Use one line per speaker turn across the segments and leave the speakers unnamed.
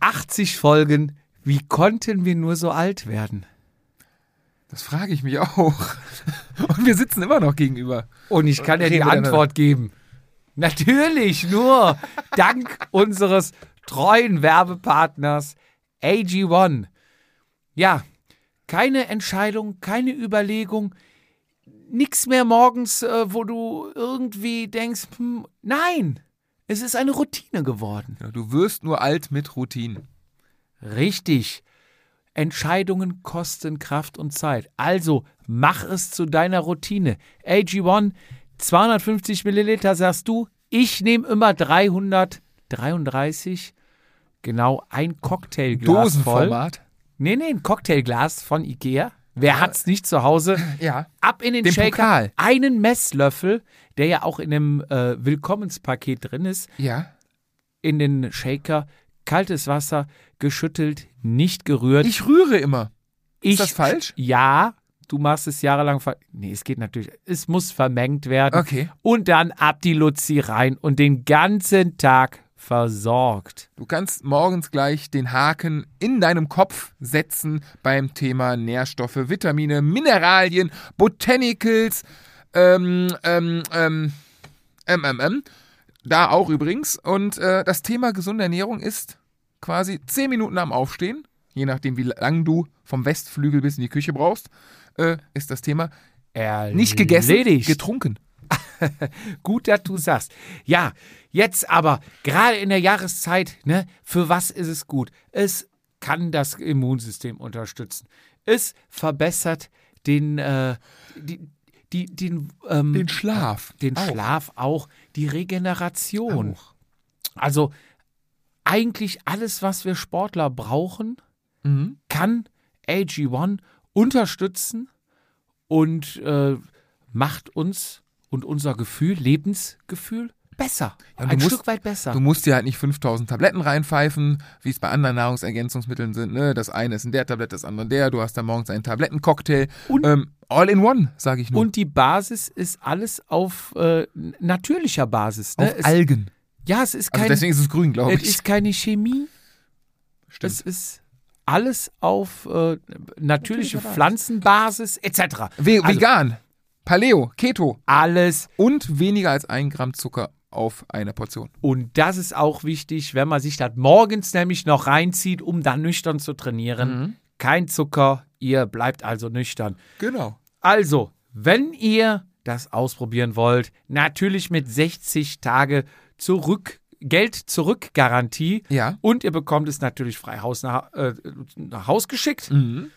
80 Folgen. Wie konnten wir nur so alt werden?
Das frage ich mich auch. Und wir sitzen immer noch gegenüber.
Und ich kann dir die
Reden wir dann-
Antwort geben. Natürlich nur dank unseres treuen Werbepartners AG1. Ja, keine Entscheidung, keine Überlegung, nichts mehr morgens, äh, wo du irgendwie denkst, hm, nein, es ist eine Routine geworden.
Ja, Du wirst nur alt mit Routinen.
Richtig. Entscheidungen kosten Kraft und Zeit. Also mach es zu deiner Routine. AG1, 250 Milliliter sagst du. Ich nehme immer 333. Genau, ein Cocktailglas voll.
Dosenformat.
Nee, nee, ein Cocktailglas von Ikea. Wer hat's nicht zu Hause?
Ja.
Ab in den,
Den
Shaker.
Pokal.
Einen Messlöffel, der ja auch in dem äh, Willkommenspaket drin ist
Ja.
in den Shaker, kaltes Wasser, geschüttelt, nicht gerührt.
Ich rühre immer.
Ich-
das falsch?
Ja, du machst es jahrelang. Ver nee, es geht natürlich. Es muss vermengt werden.
Okay.
Und dann ab die Luzi rein und den ganzen Tag versorgt.
Du kannst morgens gleich den Haken in deinem Kopf setzen beim Thema Nährstoffe, Vitamine, Mineralien, Botanicals, ähm, ähm, ähm, ähm, ähm, ähm. Da auch übrigens. Und äh, das Thema gesunde Ernährung ist quasi 10 Minuten am Aufstehen, je nachdem, wie lang du vom Westflügel bis in die Küche brauchst, äh, ist das Thema
Erledigt.
nicht gegessen, getrunken.
Gut, dass du sagst. Ja, jetzt aber, gerade in der Jahreszeit, ne, für was ist es gut? Es kann das Immunsystem unterstützen. Es verbessert den, äh, die, die, den, ähm,
Den Schlaf.
den
auch.
Schlaf auch, die Regeneration. Also eigentlich alles, was wir Sportler brauchen,
Mhm.
kann AG1 unterstützen und äh, macht uns und unser Gefühl, Lebensgefühl besser.
Ja, und
ein
du musst-
Stück weit besser.
Du musst dir halt nicht 5000 Tabletten reinpfeifen, wie es bei anderen Nahrungsergänzungsmitteln sind. Ne? Das eine ist in der Tablette, das andere in der. Du hast da morgens einen Tablettencocktail.
Und-
ähm, all in one, sage ich nur.
und die Basis ist alles auf äh, natürlicher Basis. Ne?
auf
es,
Algen.
ja, es ist,
Also
kein,
deswegen ist es grün, glaube
es
ich.
ist keine Chemie.
Stimmt.
Es ist alles auf äh, natürliche Pflanzenbasis etc.
We
also-
vegan, Paleo, Keto
Alles.
und weniger als ein Gramm Zucker auf einer Portion.
Und das ist auch wichtig, wenn man sich das morgens nämlich noch reinzieht, um dann nüchtern zu trainieren. Kein Zucker, ihr bleibt also nüchtern.
Genau.
Also, wenn ihr das ausprobieren wollt, natürlich mit 60 Tage zurück Geld zurück Garantie
Ja.
und ihr bekommt es natürlich frei Haus nach, äh, nach Haus geschickt.
Mhm.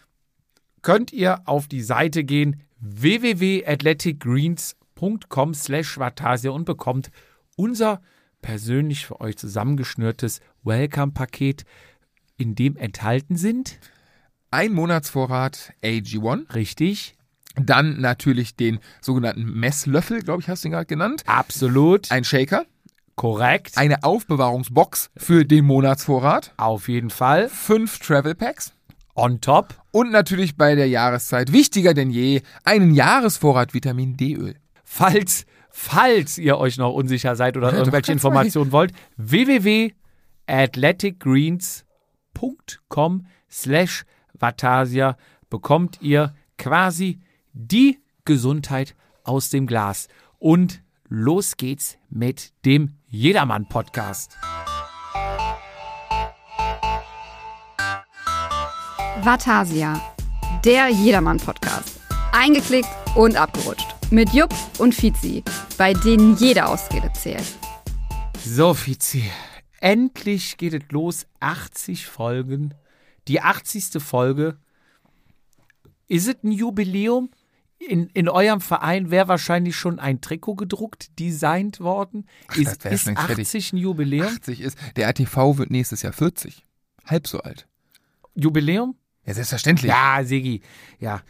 könnt ihr auf die Seite gehen www.athleticgreens.com slash Vatasia und bekommt unser persönlich für euch zusammengeschnürtes Welcome-Paket, in dem enthalten sind,
Ein Monatsvorrat AG1.
richtig,
Dann natürlich den sogenannten Messlöffel, glaube ich, hast du ihn gerade genannt.
absolut,
Ein Shaker.
korrekt,
Eine Aufbewahrungsbox für den Monatsvorrat.
auf jeden Fall,
fünf Travel Packs
on top.
und natürlich bei der Jahreszeit wichtiger denn je einen Jahresvorrat Vitamin D-Öl.
Falls, falls ihr euch noch unsicher seid oder
doch
irgendwelche
ganz
Informationen wollt, www.athleticgreens.com slash Vatasia bekommt ihr quasi die Gesundheit aus dem Glas. Und los geht's mit dem Jedermann-Podcast.
Vatasia, der Jedermann-Podcast. Eingeklickt und abgerutscht. Mit Jupp und Fizi, bei denen jede Ausrede zählt.
So, Fizi, endlich geht es los. 80 Folgen. Die 80. Folge. Ist es ein Jubiläum? In, in eurem Verein wäre wahrscheinlich schon ein Trikot gedruckt, designt worden. Ist,
das wär
ist
schon
80
fertig.
ein Jubiläum?
80 ist, der ATV wird nächstes Jahr 40. Halb so alt.
Jubiläum?
Ja, selbstverständlich.
Ja, Sigi. Ja.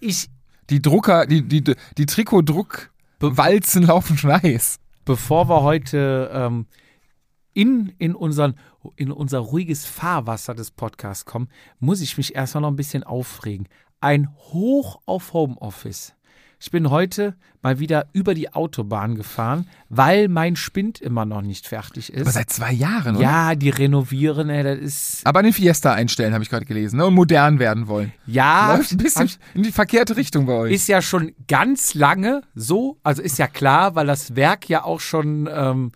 Ich,
Die Drucker, die, die, die Trikotdruckwalzen laufen schon heiß.
bevor wir heute ähm, in, in, unseren, in unser ruhiges Fahrwasser des Podcasts kommen, muss ich mich erstmal noch ein bisschen aufregen. Ein Hoch auf Homeoffice. Ich bin heute mal wieder über die Autobahn gefahren, weil mein Spind immer noch nicht fertig ist.
Aber seit zwei Jahren, oder?
ja, die renovieren, ey, das ist.
Aber den Fiesta einstellen, habe ich gerade gelesen, ne? und modern werden wollen.
Ja,
Läuft ein bisschen in die verkehrte Richtung bei euch.
Ah, ist ja schon ganz lange so, also ist ja klar, weil das Werk ja auch schon, ähm,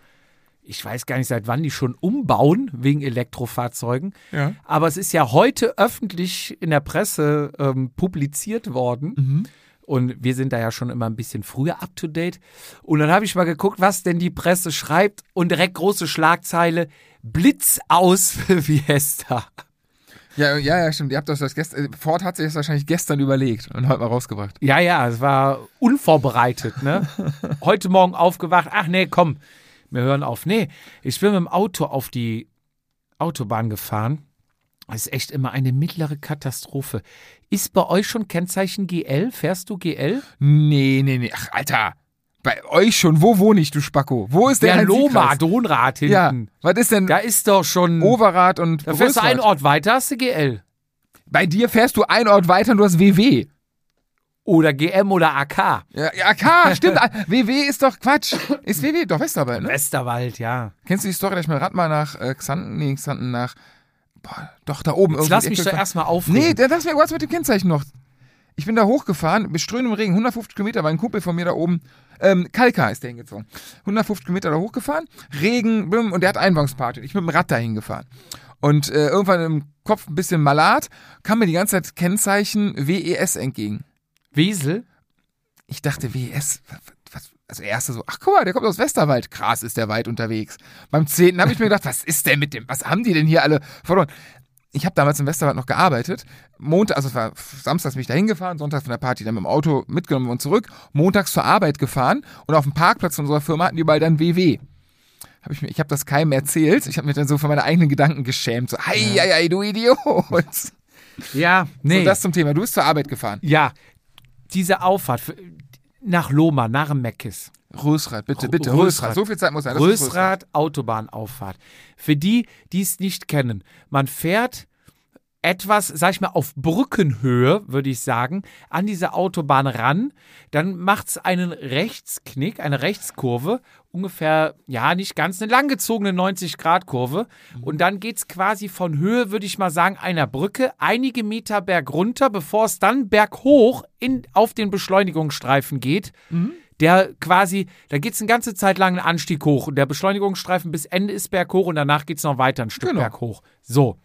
ich weiß gar nicht, seit wann die schon umbauen wegen Elektrofahrzeugen.
Ja.
Aber es ist ja heute öffentlich in der Presse ähm, publiziert worden. Und wir sind da ja schon immer ein bisschen früher up to date. Und dann habe ich mal geguckt, was denn die Presse schreibt. Und direkt große Schlagzeile: Blitz aus für Fiesta.
ja, ja, ja, stimmt. Ihr habt euch das gestern. Ford hat sich das wahrscheinlich gestern überlegt und heute mal rausgebracht.
Ja, ja, es war unvorbereitet, ne? Heute Morgen aufgewacht, ach nee, komm, wir hören auf. Nee, ich bin mit dem Auto auf die Autobahn gefahren. Das ist echt immer eine mittlere Katastrophe. Ist bei euch schon Kennzeichen GL? Fährst du GL?
Nee, nee, nee. Ach, Alter. Bei euch schon. Wo wohne ich, du Spacko? Wo ist der
Der Loma,
Hansikreis?
Donrad
Ja. Oh,
hinten.
Was ist denn
Da ist doch schon.
Overath und
da fährst du einen
Rösrath?
Ort weiter, hast du GL.
Bei dir fährst du einen Ort weiter und du hast WW.
Oder GM oder AK.
Ja, ja klar, stimmt. Ah, WW ist doch Quatsch. Ist WW doch Westerwald,
Äh?
ne?
Westerwald, ja.
Kennst du die Story, dass ich mal Rad mal nach äh, Xanten, nee, Xanten nach, boah, doch da oben
Jetzt lass mich doch erstmal aufregen.
Nee, dann lass mir was mit dem Kennzeichen noch. Ich bin da hochgefahren, mit strömendem Regen, 150 Kilometer, war ein Kumpel von mir da oben, ähm, Kalka ist der hingezogen. 150 Kilometer da hochgefahren, Regen, blum, und der hat Einwangsparty. Ich bin mit dem Rad da hingefahren. Und äh, irgendwann im Kopf ein bisschen malat, kam mir die ganze Zeit Kennzeichen WES entgegen
Wesel?
ich dachte, WES, was, also erste so, ach guck mal, der kommt aus Westerwald. Krass ist der weit unterwegs. Beim zehnten habe ich mir gedacht, was ist denn mit dem, was haben die denn hier alle verloren? Ich habe damals im Westerwald noch gearbeitet. Montag, also es war samstags bin ich da hingefahren, sonntags von der Party dann mit dem Auto mitgenommen und zurück. Montags zur Arbeit gefahren und auf dem Parkplatz unserer Firma hatten die überall dann WW. Hab ich mir- ich habe das keinem erzählt. Ich habe mir dann so von meinen eigenen Gedanken geschämt. So, hei, hei, hei, du Idiot. So,
Ja, nee.
das zum Thema. Du bist zur Arbeit gefahren.
Ja, diese Auffahrt für, nach Loma, nach Meckes.
Rösrad, bitte, bitte.
Rösrad.
Rösrad. So viel Zeit muss sein. das ist
Rösrad, Autobahnauffahrt. Für die, die es nicht kennen, man fährt etwas, sag ich mal, auf Brückenhöhe, würde ich sagen, an diese Autobahn ran. Dann macht es einen Rechtsknick, eine Rechtskurve, ungefähr, ja, nicht ganz, eine langgezogene 90-Grad-Kurve. Und dann geht es quasi von Höhe, würde ich mal sagen, einer Brücke, einige Meter bergunter, bevor es dann berghoch in, auf den Beschleunigungsstreifen geht der quasi, da geht's eine ganze Zeit lang einen Anstieg hoch und der Beschleunigungsstreifen bis Ende ist berghoch und danach geht's noch weiter ein Stück
Genau.
berghoch. So.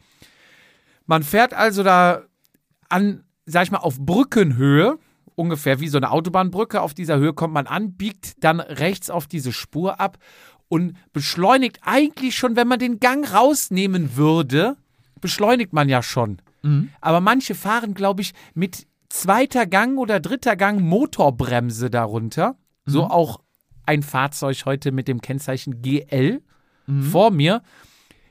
Man fährt also da an, sag ich mal, auf Brückenhöhe, ungefähr wie so eine Autobahnbrücke, auf dieser Höhe kommt man an, biegt dann rechts auf diese Spur ab und beschleunigt eigentlich schon, wenn man den Gang rausnehmen würde, beschleunigt man ja schon. Aber manche fahren, glaube ich, mit zweiter Gang oder dritter Gang Motorbremse darunter. So auch ein Fahrzeug heute mit dem Kennzeichen GL vor mir.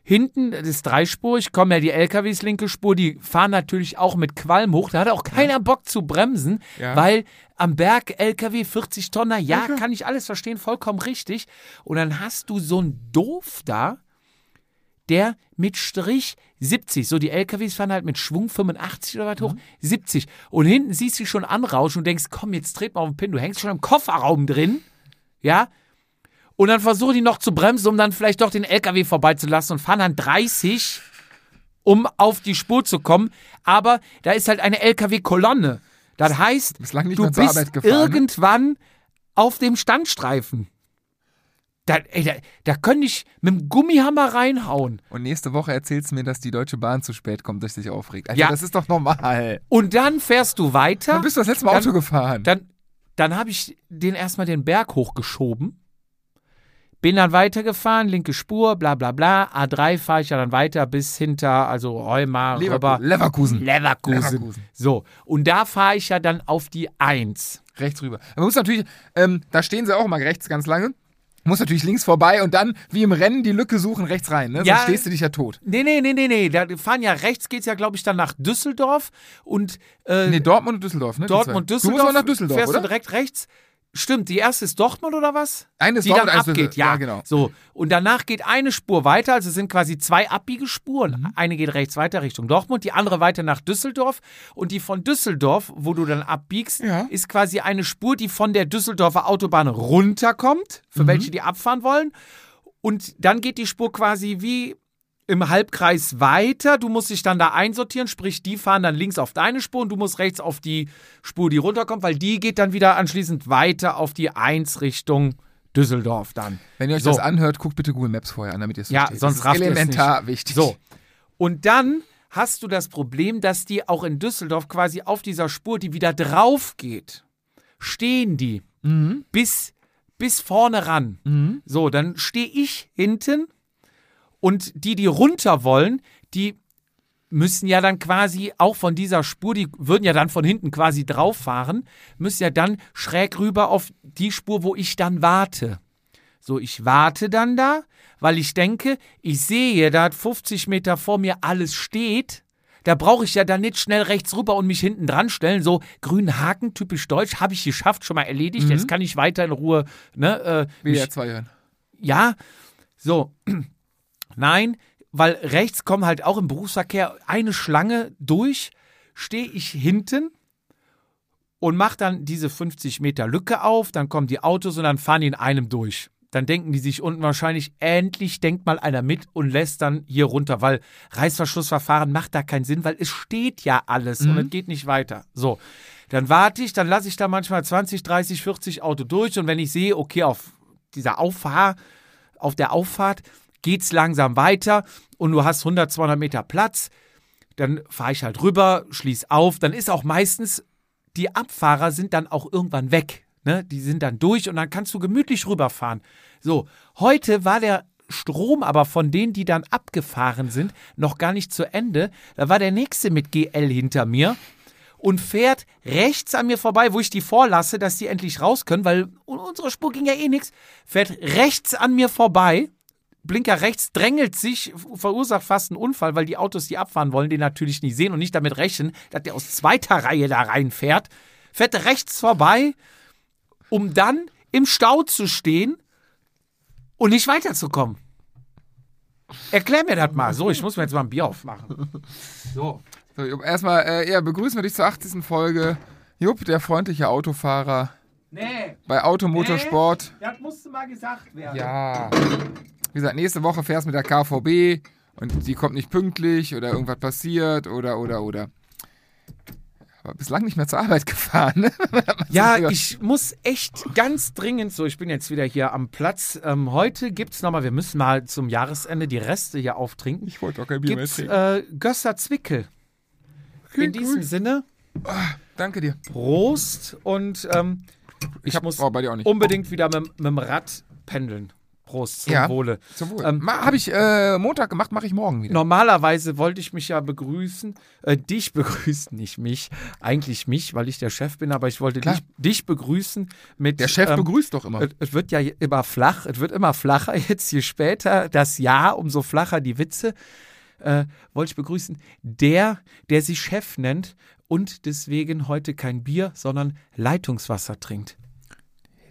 Hinten das ist dreispurig, kommen ja die LKWs linke Spur, die fahren natürlich auch mit Qualm hoch. Da hat auch keiner Bock zu bremsen,
Ja.
weil am Berg LKW 40 Tonner, ja, kann ich alles verstehen, vollkommen richtig. Und dann hast du so einen Doof da, der mit Strich 70. So, die LKWs fahren halt mit Schwung 85 oder was hoch, 70. Und hinten siehst du schon anrauschen und denkst, komm, jetzt treten wir auf den Pin. Du hängst schon im Kofferraum drin, ja. Und dann versuchen die noch zu bremsen, um dann vielleicht doch den LKW vorbeizulassen und fahren dann 30, um auf die Spur zu kommen. Aber da ist halt eine LKW-Kolonne. Das heißt,
Bislang nicht
du
mehr zur Arbeit
bist
gefahren. ne?
irgendwann auf dem Standstreifen. Da, ey, da, da könnte ich mit dem Gummihammer reinhauen.
Und nächste Woche erzählst du mir, dass die Deutsche Bahn zu spät kommt, dass dich aufregt. Alter,
Ja.
das ist doch normal.
Und dann fährst du weiter.
Wann bist du das letzte Mal
Dann-
Auto gefahren?
Dann, dann habe ich den erstmal den Berg hochgeschoben. Bin dann weitergefahren, linke Spur, bla bla bla. A3 fahre ich ja dann weiter bis hinter, also Heuma,
Leverkusen.
rüber.
Leverkusen.
Leverkusen.
Leverkusen.
So, und da fahre ich ja dann auf die 1.
Rechts rüber. Man muss natürlich, ähm, da stehen sie auch immer rechts ganz lange. Muss natürlich links vorbei und dann, wie im Rennen, die Lücke suchen, rechts rein. Ne?
Ja.
Sonst stehst du dich ja tot.
Nee, nee, nee, nee, nee. Da fahren ja rechts, geht's ja, glaube ich, dann nach Düsseldorf. Und äh,
Nee, Dortmund und Düsseldorf, ne? Die zwei.
Dortmund, Düsseldorf.
Du musst auch nach Düsseldorf,
Fährst
oder?
du direkt rechts, Stimmt, die erste ist Dortmund oder was?
Eine ist
die
Dortmund,
dann
eine ist-
abgeht,
ja,
ja.
genau.
So, und danach geht eine Spur weiter, also es sind quasi zwei Abbiegespuren.
Mhm.
Eine geht rechts weiter Richtung Dortmund, die andere weiter nach Düsseldorf und die von Düsseldorf, wo du dann abbiegst,
Ja.
ist quasi eine Spur, die von der Düsseldorfer Autobahn runterkommt, für
Mhm.
welche die abfahren wollen. Und dann geht die Spur quasi wie im Halbkreis weiter. Du musst dich dann da einsortieren, sprich, die fahren dann links auf deine Spur und du musst rechts auf die Spur, die runterkommt, weil die geht dann wieder anschließend weiter auf die 1 Richtung Düsseldorf dann.
Wenn ihr euch
So.
das anhört, guckt bitte Google Maps vorher an, damit ihr es
Ja,
versteht.
sonst
das
rafft
ist
ihr es
elementar wichtig.
So. Und dann hast du das Problem, dass die auch in Düsseldorf quasi auf dieser Spur, die wieder drauf geht, stehen die
Mhm.
bis, bis vorne ran. So, dann stehe ich hinten und die, die runter wollen, die müssen ja dann quasi auch von dieser Spur, die würden ja dann von hinten quasi drauf fahren, müssen ja dann schräg rüber auf die Spur, wo ich dann warte. So, ich warte dann da, weil ich denke, ich sehe, da hat 50 Meter vor mir alles steht. Da brauche ich ja dann nicht schnell rechts rüber und mich hinten dran stellen. So, grünen Haken, typisch deutsch, habe ich geschafft, schon mal erledigt. Jetzt kann ich weiter in Ruhe, ne, äh, mich
WDR 2 hören.
ja, so. Nein, weil rechts kommen halt auch im Berufsverkehr eine Schlange durch, stehe ich hinten und mache dann diese 50 Meter Lücke auf, dann kommen die Autos und dann fahren die in einem durch. Dann denken die sich unten wahrscheinlich, endlich denkt mal einer mit und lässt dann hier runter, weil Reißverschlussverfahren macht da keinen Sinn, weil es steht ja alles und es geht nicht weiter. So, dann warte ich, dann lasse ich da manchmal 20, 30, 40 Auto durch und wenn ich sehe, okay, auf dieser Auffahr, auf der Auffahrt geht's langsam weiter und du hast 100, 200 Meter Platz, dann fahre ich halt rüber, schließ auf, dann ist auch meistens die Abfahrer sind dann auch irgendwann weg. Ne? Die sind dann durch und dann kannst du gemütlich rüberfahren. So, heute war der Strom aber von denen, die dann abgefahren sind, noch gar nicht zu Ende. Da war der nächste mit GL hinter mir und fährt rechts an mir vorbei, wo ich die vorlasse, dass die endlich raus können, weil un- unsere Spur ging ja eh nichts. Fährt rechts an mir vorbei. Blinker rechts drängelt sich, verursacht fast einen Unfall, weil die Autos, die abfahren wollen, den natürlich nicht sehen und nicht damit rechnen, dass der aus zweiter Reihe da reinfährt. Fährt rechts vorbei, um dann im Stau zu stehen und nicht weiterzukommen. Erklär mir das mal. So, ich muss mir jetzt mal ein Bier aufmachen. So.
So, Jupp, erstmal, äh, ja, begrüßen wir dich zur 80. Folge. Jupp, der freundliche Autofahrer
Nee,
bei Automotorsport.
das musste mal gesagt werden.
Ja. Wie gesagt, nächste Woche fährst mit der KVB und die kommt nicht pünktlich oder irgendwas passiert oder, oder, oder. Aber bislang nicht mehr zur Arbeit gefahren, ne?
Ja,
Sogar-
ich muss echt ganz dringend so, ich bin jetzt wieder hier am Platz. Ähm, heute gibt's nochmal, wir müssen mal zum Jahresende die Reste hier auftrinken.
Ich wollte auch kein Bier mehr
Gibt's
trinken.
äh, Gösser Zwickel. In
Klingt
diesem
gut.
Sinne,
äh, Danke dir.
Prost und ähm, ich,
hab-
muss
oh, bei dir auch nicht.
unbedingt wieder mit, mit dem Rad pendeln. Prost, zum
Ja.
Wohle.
Zum Wohl.
Ähm,
Habe ich äh, Montag gemacht, mache ich morgen wieder.
Normalerweise wollte ich mich ja begrüßen, äh, dich begrüßen, nicht mich, eigentlich mich, weil ich der Chef bin, aber ich wollte
Klar.
dich, dich begrüßen mit
Der Chef
ähm,
begrüßt doch immer.
Es- Es wird ja immer flach, es wird immer flacher. Jetzt je später das Jahr, umso flacher die Witze. Äh, wollte ich begrüßen. Der, der sich Chef nennt und deswegen heute kein Bier, sondern Leitungswasser trinkt.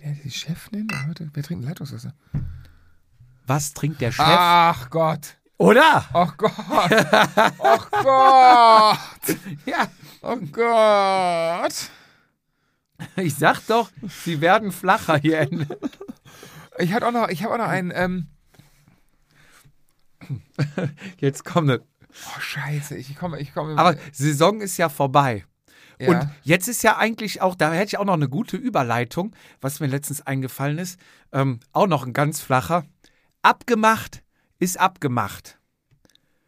Der die Chef nennt? Leute, Wer trinkt Leitungswasser?
Was trinkt der Chef?
Ach Gott.
Oder?
Ach Gott. Ach Gott.
Ja,
Oh Gott.
ich sag doch, sie werden flacher hier. in-
Ich hatte auch noch, ich habe auch noch einen, ähm,
Jetzt kommt es.
oh Scheiße, ich komme, ich komme.
Aber Saison ist ja vorbei.
ja.
Und jetzt ist ja eigentlich auch, da hätte ich auch noch eine gute Überleitung, was mir letztens eingefallen ist, ähm, auch noch ein ganz flacher. Abgemacht ist abgemacht.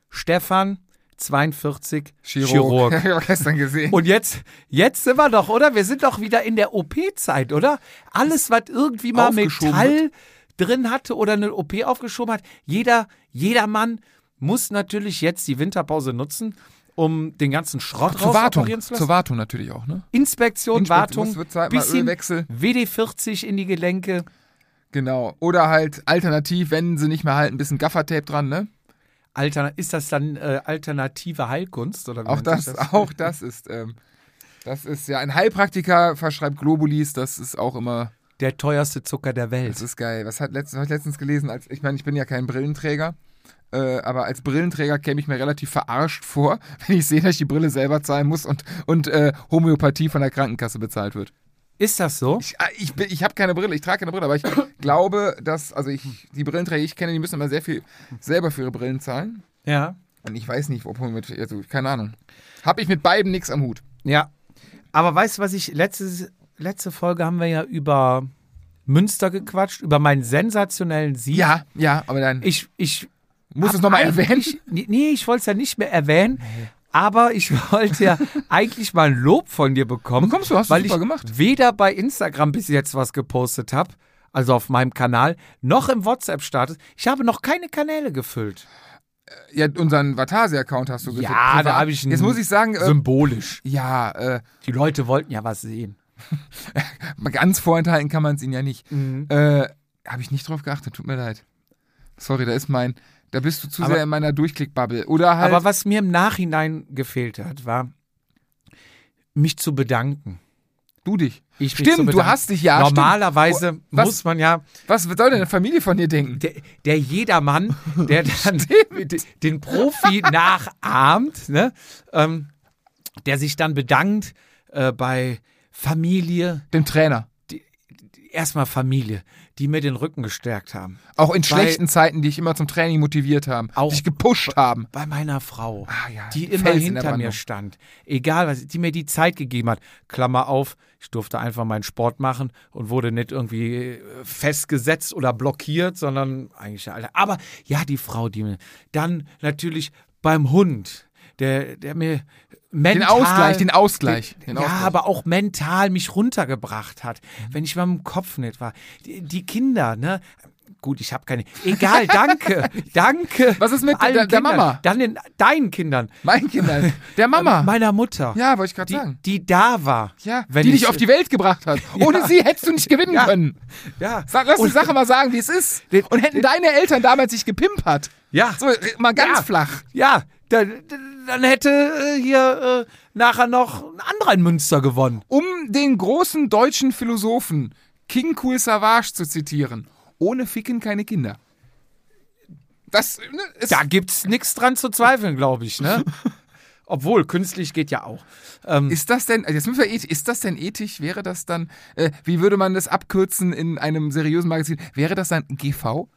Stefan, 42, Chirurg.
Hab ich auch gestern gesehen.
Und jetzt, jetzt sind wir doch, oder? Wir sind doch wieder in der OP-Zeit, oder? Alles, was irgendwie mal
Aufgeschoben
Metall drin hatte oder eine OP aufgeschoben hat, jeder, jeder Mann muss natürlich jetzt die Winterpause nutzen, um den ganzen Schrott
zur Wartung,
rausoperieren zu lassen.
zur Wartung natürlich auch, ne?
Inspektion,
Inspektion,
Wartung,
es wird Zeit, mal
bisschen
Ölwechsel.
WD40 in die Gelenke.
Genau. Oder halt alternativ, wenn sie nicht mehr halten, ein bisschen Gaffertape dran, ne?
Alter, ist das dann äh, alternative Heilkunst? Oder wie
Auch
nennt sich
das, auch das ist, ähm, das ist ja ein Heilpraktiker verschreibt Globulis, das ist auch immer
der teuerste Zucker der
Das
Welt.
ist geil. Was hat letztens, hab ich letztens gelesen, als ich meine, ich bin ja kein Brillenträger, äh, aber als Brillenträger käme ich mir relativ verarscht vor, wenn ich sehe, dass ich die Brille selber zahlen muss und, und äh, Homöopathie von der Krankenkasse bezahlt wird.
Ist das so?
Ich, ah, ich, bin- ich habe keine Brille, ich trage keine Brille, aber ich glaube, dass, also ich, die Brillenträger, die ich kenne, die müssen immer sehr viel selber für ihre Brillen zahlen.
Ja.
Und ich weiß nicht, ob man mit, also keine Ahnung. Habe ich mit beiden nichts am Hut.
Ja. Aber weißt du, was ich letzte, letzte Folge haben wir ja über Münster gequatscht, über meinen sensationellen Sieg.
Ja, ja, aber dann
Ich, ich
muss es
hab
nochmal
eigentlich-
erwähnen.
Nee, nee, ich wollte es ja nicht mehr erwähnen. Aber ich wollte ja eigentlich mal ein Lob von dir bekommen.
Bekommst du, hast du
weil
super
ich
gemacht.
weder bei Instagram bis jetzt was gepostet habe, also auf meinem Kanal, noch im WhatsApp-Status. Ich habe noch keine Kanäle gefüllt.
Ja, unseren Vatasi-Account hast du
Ja,
gefühlt, privat.
da hab ich einen-
Jetzt muss ich sagen, äh,
Symbolisch.
ja, äh,
Die Leute wollten ja was sehen.
Mal ganz vorenthalten kann man es ihnen ja nicht. Äh, Habe ich nicht drauf geachtet, tut mir leid. Sorry, da ist mein, da bist du zu
Aber-
sehr in meiner Durchklickbubble. Oder halt,
Aber was mir im Nachhinein gefehlt hat, war, mich zu bedanken.
du dich.
Ich mich zu
Stimmt, du
bedanken.
hast dich ja.
Normalerweise
Wo- was-
muss man ja,
Stimmt. Was soll deine Familie von dir denken?
der, der Jedermann, der dann den- den Profi nachahmt, ne? ähm, der sich dann bedankt äh, bei Familie,
Dem Trainer.
erstmal Familie, die mir den Rücken gestärkt haben.
Auch in schlechten Zeiten, die dich immer zum Training motiviert haben,
Auch-
dich gepusht haben.
Bei meiner Frau,
Ah, ja,
die
Fels
immer
in der
hinter
Brandung.
mir stand, egal was, die mir die Zeit gegeben hat. Klammer auf, ich durfte einfach meinen Sport machen und wurde nicht irgendwie äh, festgesetzt oder blockiert, sondern eigentlich alle. Aber ja, die Frau, die mir dann natürlich beim Hund, der, der mir mental
Den Ausgleich, den Ausgleich. Den,
ja,
Ausgleich.
aber auch mental mich runtergebracht hat,
Mhm.
wenn ich mal im Kopf nicht war. Die, die Kinder, ne? Gut, ich habe keine. Egal, danke, danke.
Was ist mit
allen
der- der
Kindern.
Mama?
Dann den, deinen Kindern.
Mein Kindern, der Mama.
Meiner Mutter.
ja, wollte ich gerade
die,
sagen.
die da war.
Ja,
wenn
die
ich,
dich auf die Welt gebracht hat. Ohne sie hättest du nicht gewinnen
Ja.
können.
äh, Ja.
Sag, lass die
Und-
Sache mal sagen, wie es ist.
Den-
Und hätten deine Eltern damals sich gepimpert.
Ja.
So, r- mal ganz
Ja.
flach.
Ja, dann, dann hätte äh, hier äh, nachher noch ein anderer in Münster gewonnen.
Um den großen deutschen Philosophen King Cool Savage zu zitieren. Ohne Ficken keine Kinder. Das ne, ist
Da gibt's nichts dran zu zweifeln, glaube ich, ne? Obwohl, künstlich geht ja auch. Ähm,
Ist das denn, also jetzt müssen wir, eth- ist das denn ethisch? Wäre das dann, äh, wie würde man das abkürzen in einem seriösen Magazin? Wäre das dann GV?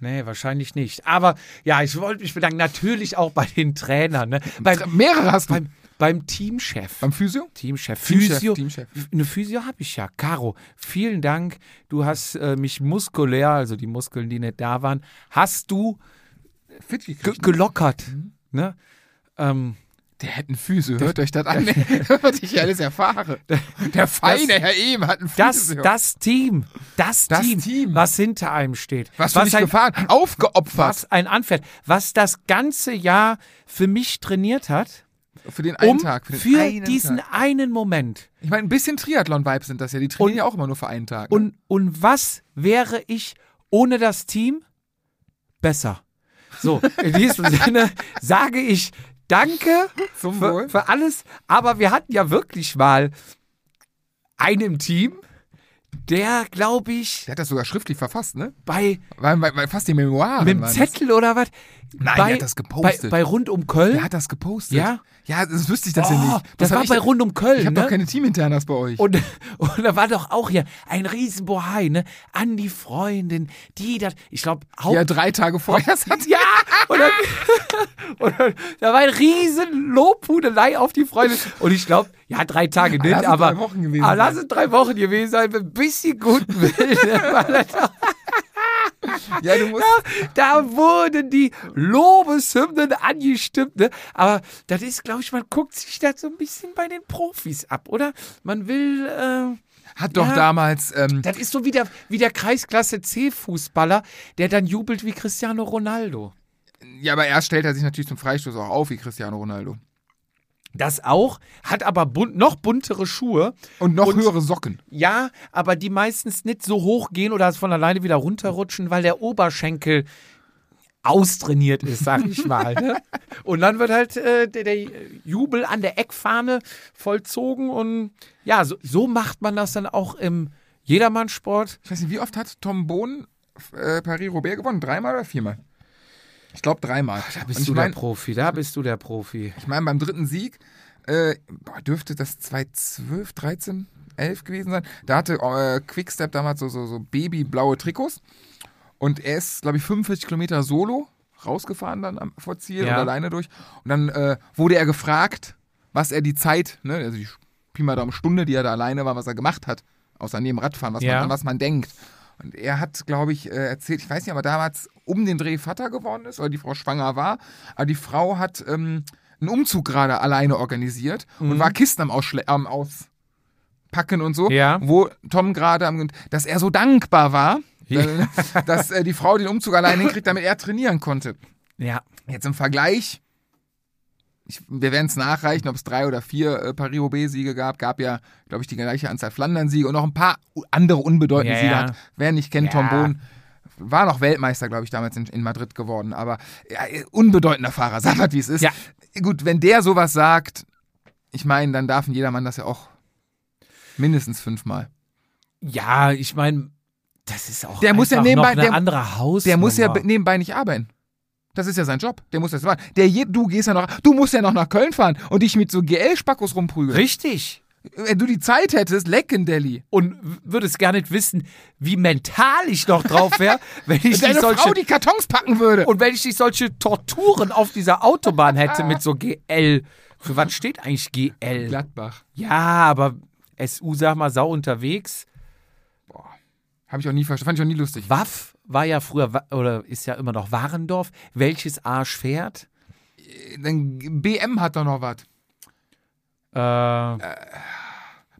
Nee, wahrscheinlich nicht. Aber ja, ich wollte mich bedanken. Natürlich auch bei den Trainern. Ne? Beim,
Mehrere hast du.
beim, beim Teamchef.
Beim Physio?
Teamchef.
Teamchef,
Physio.
Teamchef.
Eine Physio habe ich ja. Caro, vielen Dank. Du hast äh, mich muskulär, also die Muskeln, die nicht da waren, hast du
Fit
ge gelockert.
Mhm.
Ne? Ähm,
Der hat einen Physio, hört euch das an. Was ich hier alles erfahre. Der feine Herr Ehm hat einen
das,
Physio.
das Team, das,
Das
Team,
Team.
was hinter einem steht.
was für dich
ein
gefahren? Aufgeopfert.
was ein anfällt, was das ganze Jahr für mich trainiert hat,
Für den
um
einen Tag. Für, den
für
einen
diesen
Tag.
einen Moment
Ich meine, ein bisschen Triathlon-Vibes sind das ja. Die trainieren
Und-
ja auch immer nur für einen Tag. ne?
Und, und was wäre ich ohne das Team? Besser. So, in diesem Sinne sage ich Danke
Zum
für,
Wohl.
für alles. Aber wir hatten ja wirklich mal einen im Team, der, glaube ich,
der hat das sogar schriftlich verfasst, ne?
bei
Weil, weil, weil fast die Memoiren
mit dem
waren das.
Zettel oder was? Nein,
der
bei,
hat das gepostet.
Bei, bei Rund um Köln.
Der hat das gepostet.
Ja?
Ja, das wüsste ich das
oh,
ja nicht.
das
hab
war
ich
bei
da-
Rund um Köln.
Ich habe
ne?
doch keine Teaminternas bei euch.
Und, und da war doch auch hier ein Riesenbohai, ne? An die Freundin, die das, ich glaube, Haupt,
ja, drei Tage
Oh,
vorher. Das hat
Ja! Und dann, und dann, da war ein riesen Lobhudelei auf die Freunde. Und ich glaube, ja, drei Tage nicht,
lass es
aber.
drei Wochen gewesen
aber
sein.
lass es drei Wochen gewesen sein, mit ein bisschen guten Willen. war das doch-
ja, du musst.
da wurden die Lobeshymnen angestimmt. Ne? Aber das ist, glaube ich, man guckt sich das so ein bisschen bei den Profis ab, oder? Man will. Äh,
Hat doch
Ja.
damals. Ähm,
das ist so wie der, wie der Kreisklasse C-Fußballer, der dann jubelt wie Cristiano Ronaldo.
ja, aber erst stellt er sich natürlich zum Freistoß auch auf wie Cristiano Ronaldo.
Das auch, hat aber bunt, noch buntere Schuhe.
Und noch höhere Socken.
Ja, aber die meistens nicht so hoch gehen oder von alleine wieder runterrutschen, weil der Oberschenkel austrainiert ist, sag ich mal. Ne? Und dann wird halt äh, der, der Jubel an der Eckfahne vollzogen und ja, so, so macht man das dann auch im Jedermannsport.
Ich weiß nicht, wie oft hat Tom Bohn äh, Paris-Roubaix gewonnen? Dreimal oder viermal? Ich glaube dreimal.
Da
Und
bist
ich
du
mein,
der Profi, da bist du der Profi.
Ich meine, beim dritten Sieg äh, boah, dürfte das 2012, 13, 11 gewesen sein. Da hatte äh, Quickstep damals so, so, so babyblaue Trikots. Und er ist, glaube ich, 45 Kilometer solo rausgefahren dann am, vor Ziel
Ja.
und alleine durch. Und dann äh, wurde er gefragt, was er die Zeit, ne, also die Pi mal Daumen Stunde, die er da alleine war, was er gemacht hat, außer neben Radfahren, was,
Ja.
man, an was man denkt. Und er hat, glaube ich, äh, erzählt, ich weiß nicht, aber damals um den Dreh Vater geworden ist oder die Frau schwanger war, aber die Frau hat ähm, einen Umzug gerade alleine organisiert
Mhm.
und war Kisten am, Ausschle am Auspacken und so,
Ja.
wo Tom gerade am, dass er so dankbar war, äh, dass äh, die Frau den Umzug alleine hinkriegt, damit er trainieren konnte.
Ja.
Jetzt im Vergleich, ich, wir werden es nachreichen, ob es drei oder vier äh, Paris-Roubaix-Siege gab. Gab ja, glaube ich, die gleiche Anzahl Flandern-Siege und noch ein paar u- andere unbedeutende
Ja,
Siege.
ja.
Hat. Wer nicht kennt, Tom
Ja.
Bohn, war noch Weltmeister, glaube ich, damals in, in Madrid geworden. Aber ja, äh, unbedeutender Fahrer, sag mal, wie es ist.
Ja.
Gut, wenn der sowas sagt, ich meine, dann darf ein jedermann das ja auch mindestens fünfmal.
Ja, ich meine, das ist auch
Der muss ja
einfach
nebenbei-
noch eine
der-
andere Haus.
Der muss ja be- nebenbei nicht arbeiten. Das ist ja sein Job. Der muss das machen. Der je, du gehst ja noch, du musst ja noch nach Köln fahren und dich mit so GL-Spackos rumprügeln.
Richtig.
Wenn du die Zeit hättest, lecken Delhi.
Und w- würdest gar nicht wissen, wie mental ich noch drauf wäre, wenn ich
Wenn
nicht
deine
solche
Frau die Kartons packen würde.
Und wenn ich nicht solche Torturen auf dieser Autobahn hätte mit so GL. Für was steht eigentlich GL?
Gladbach.
Ja, aber SU, sag mal, sau unterwegs.
Habe ich auch nie verstanden. Fand ich auch nie lustig.
Waff war ja früher, Wa- oder ist ja immer noch Warendorf. Welches Arsch fährt?
Dann BM hat doch noch was.
Äh,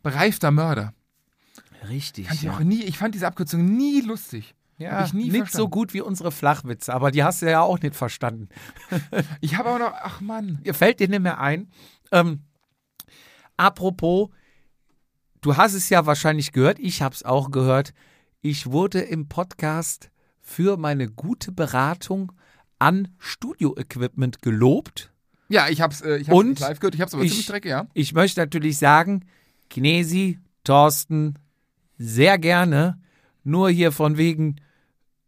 Bereifter Mörder.
richtig.
Fand ich,
ja.
auch nie, ich fand diese Abkürzung nie lustig.
Ja,
hab ich nie
nicht
verstanden.
so gut wie unsere Flachwitze, aber die hast du ja auch nicht verstanden.
Ich habe aber noch, ach Mann.
Ihr fällt dir nicht mehr ein. Ähm, apropos, du hast es ja wahrscheinlich gehört, ich habe es auch gehört. Ich wurde im Podcast für meine gute Beratung an Studio-Equipment gelobt.
Ja, ich hab's, äh, ich hab's
Und
nicht live gehört. Ich hab's aber
ich-
ziemlich dreckig, ja.
Ich möchte natürlich sagen, Knesi, Thorsten, sehr gerne. Nur hier von wegen,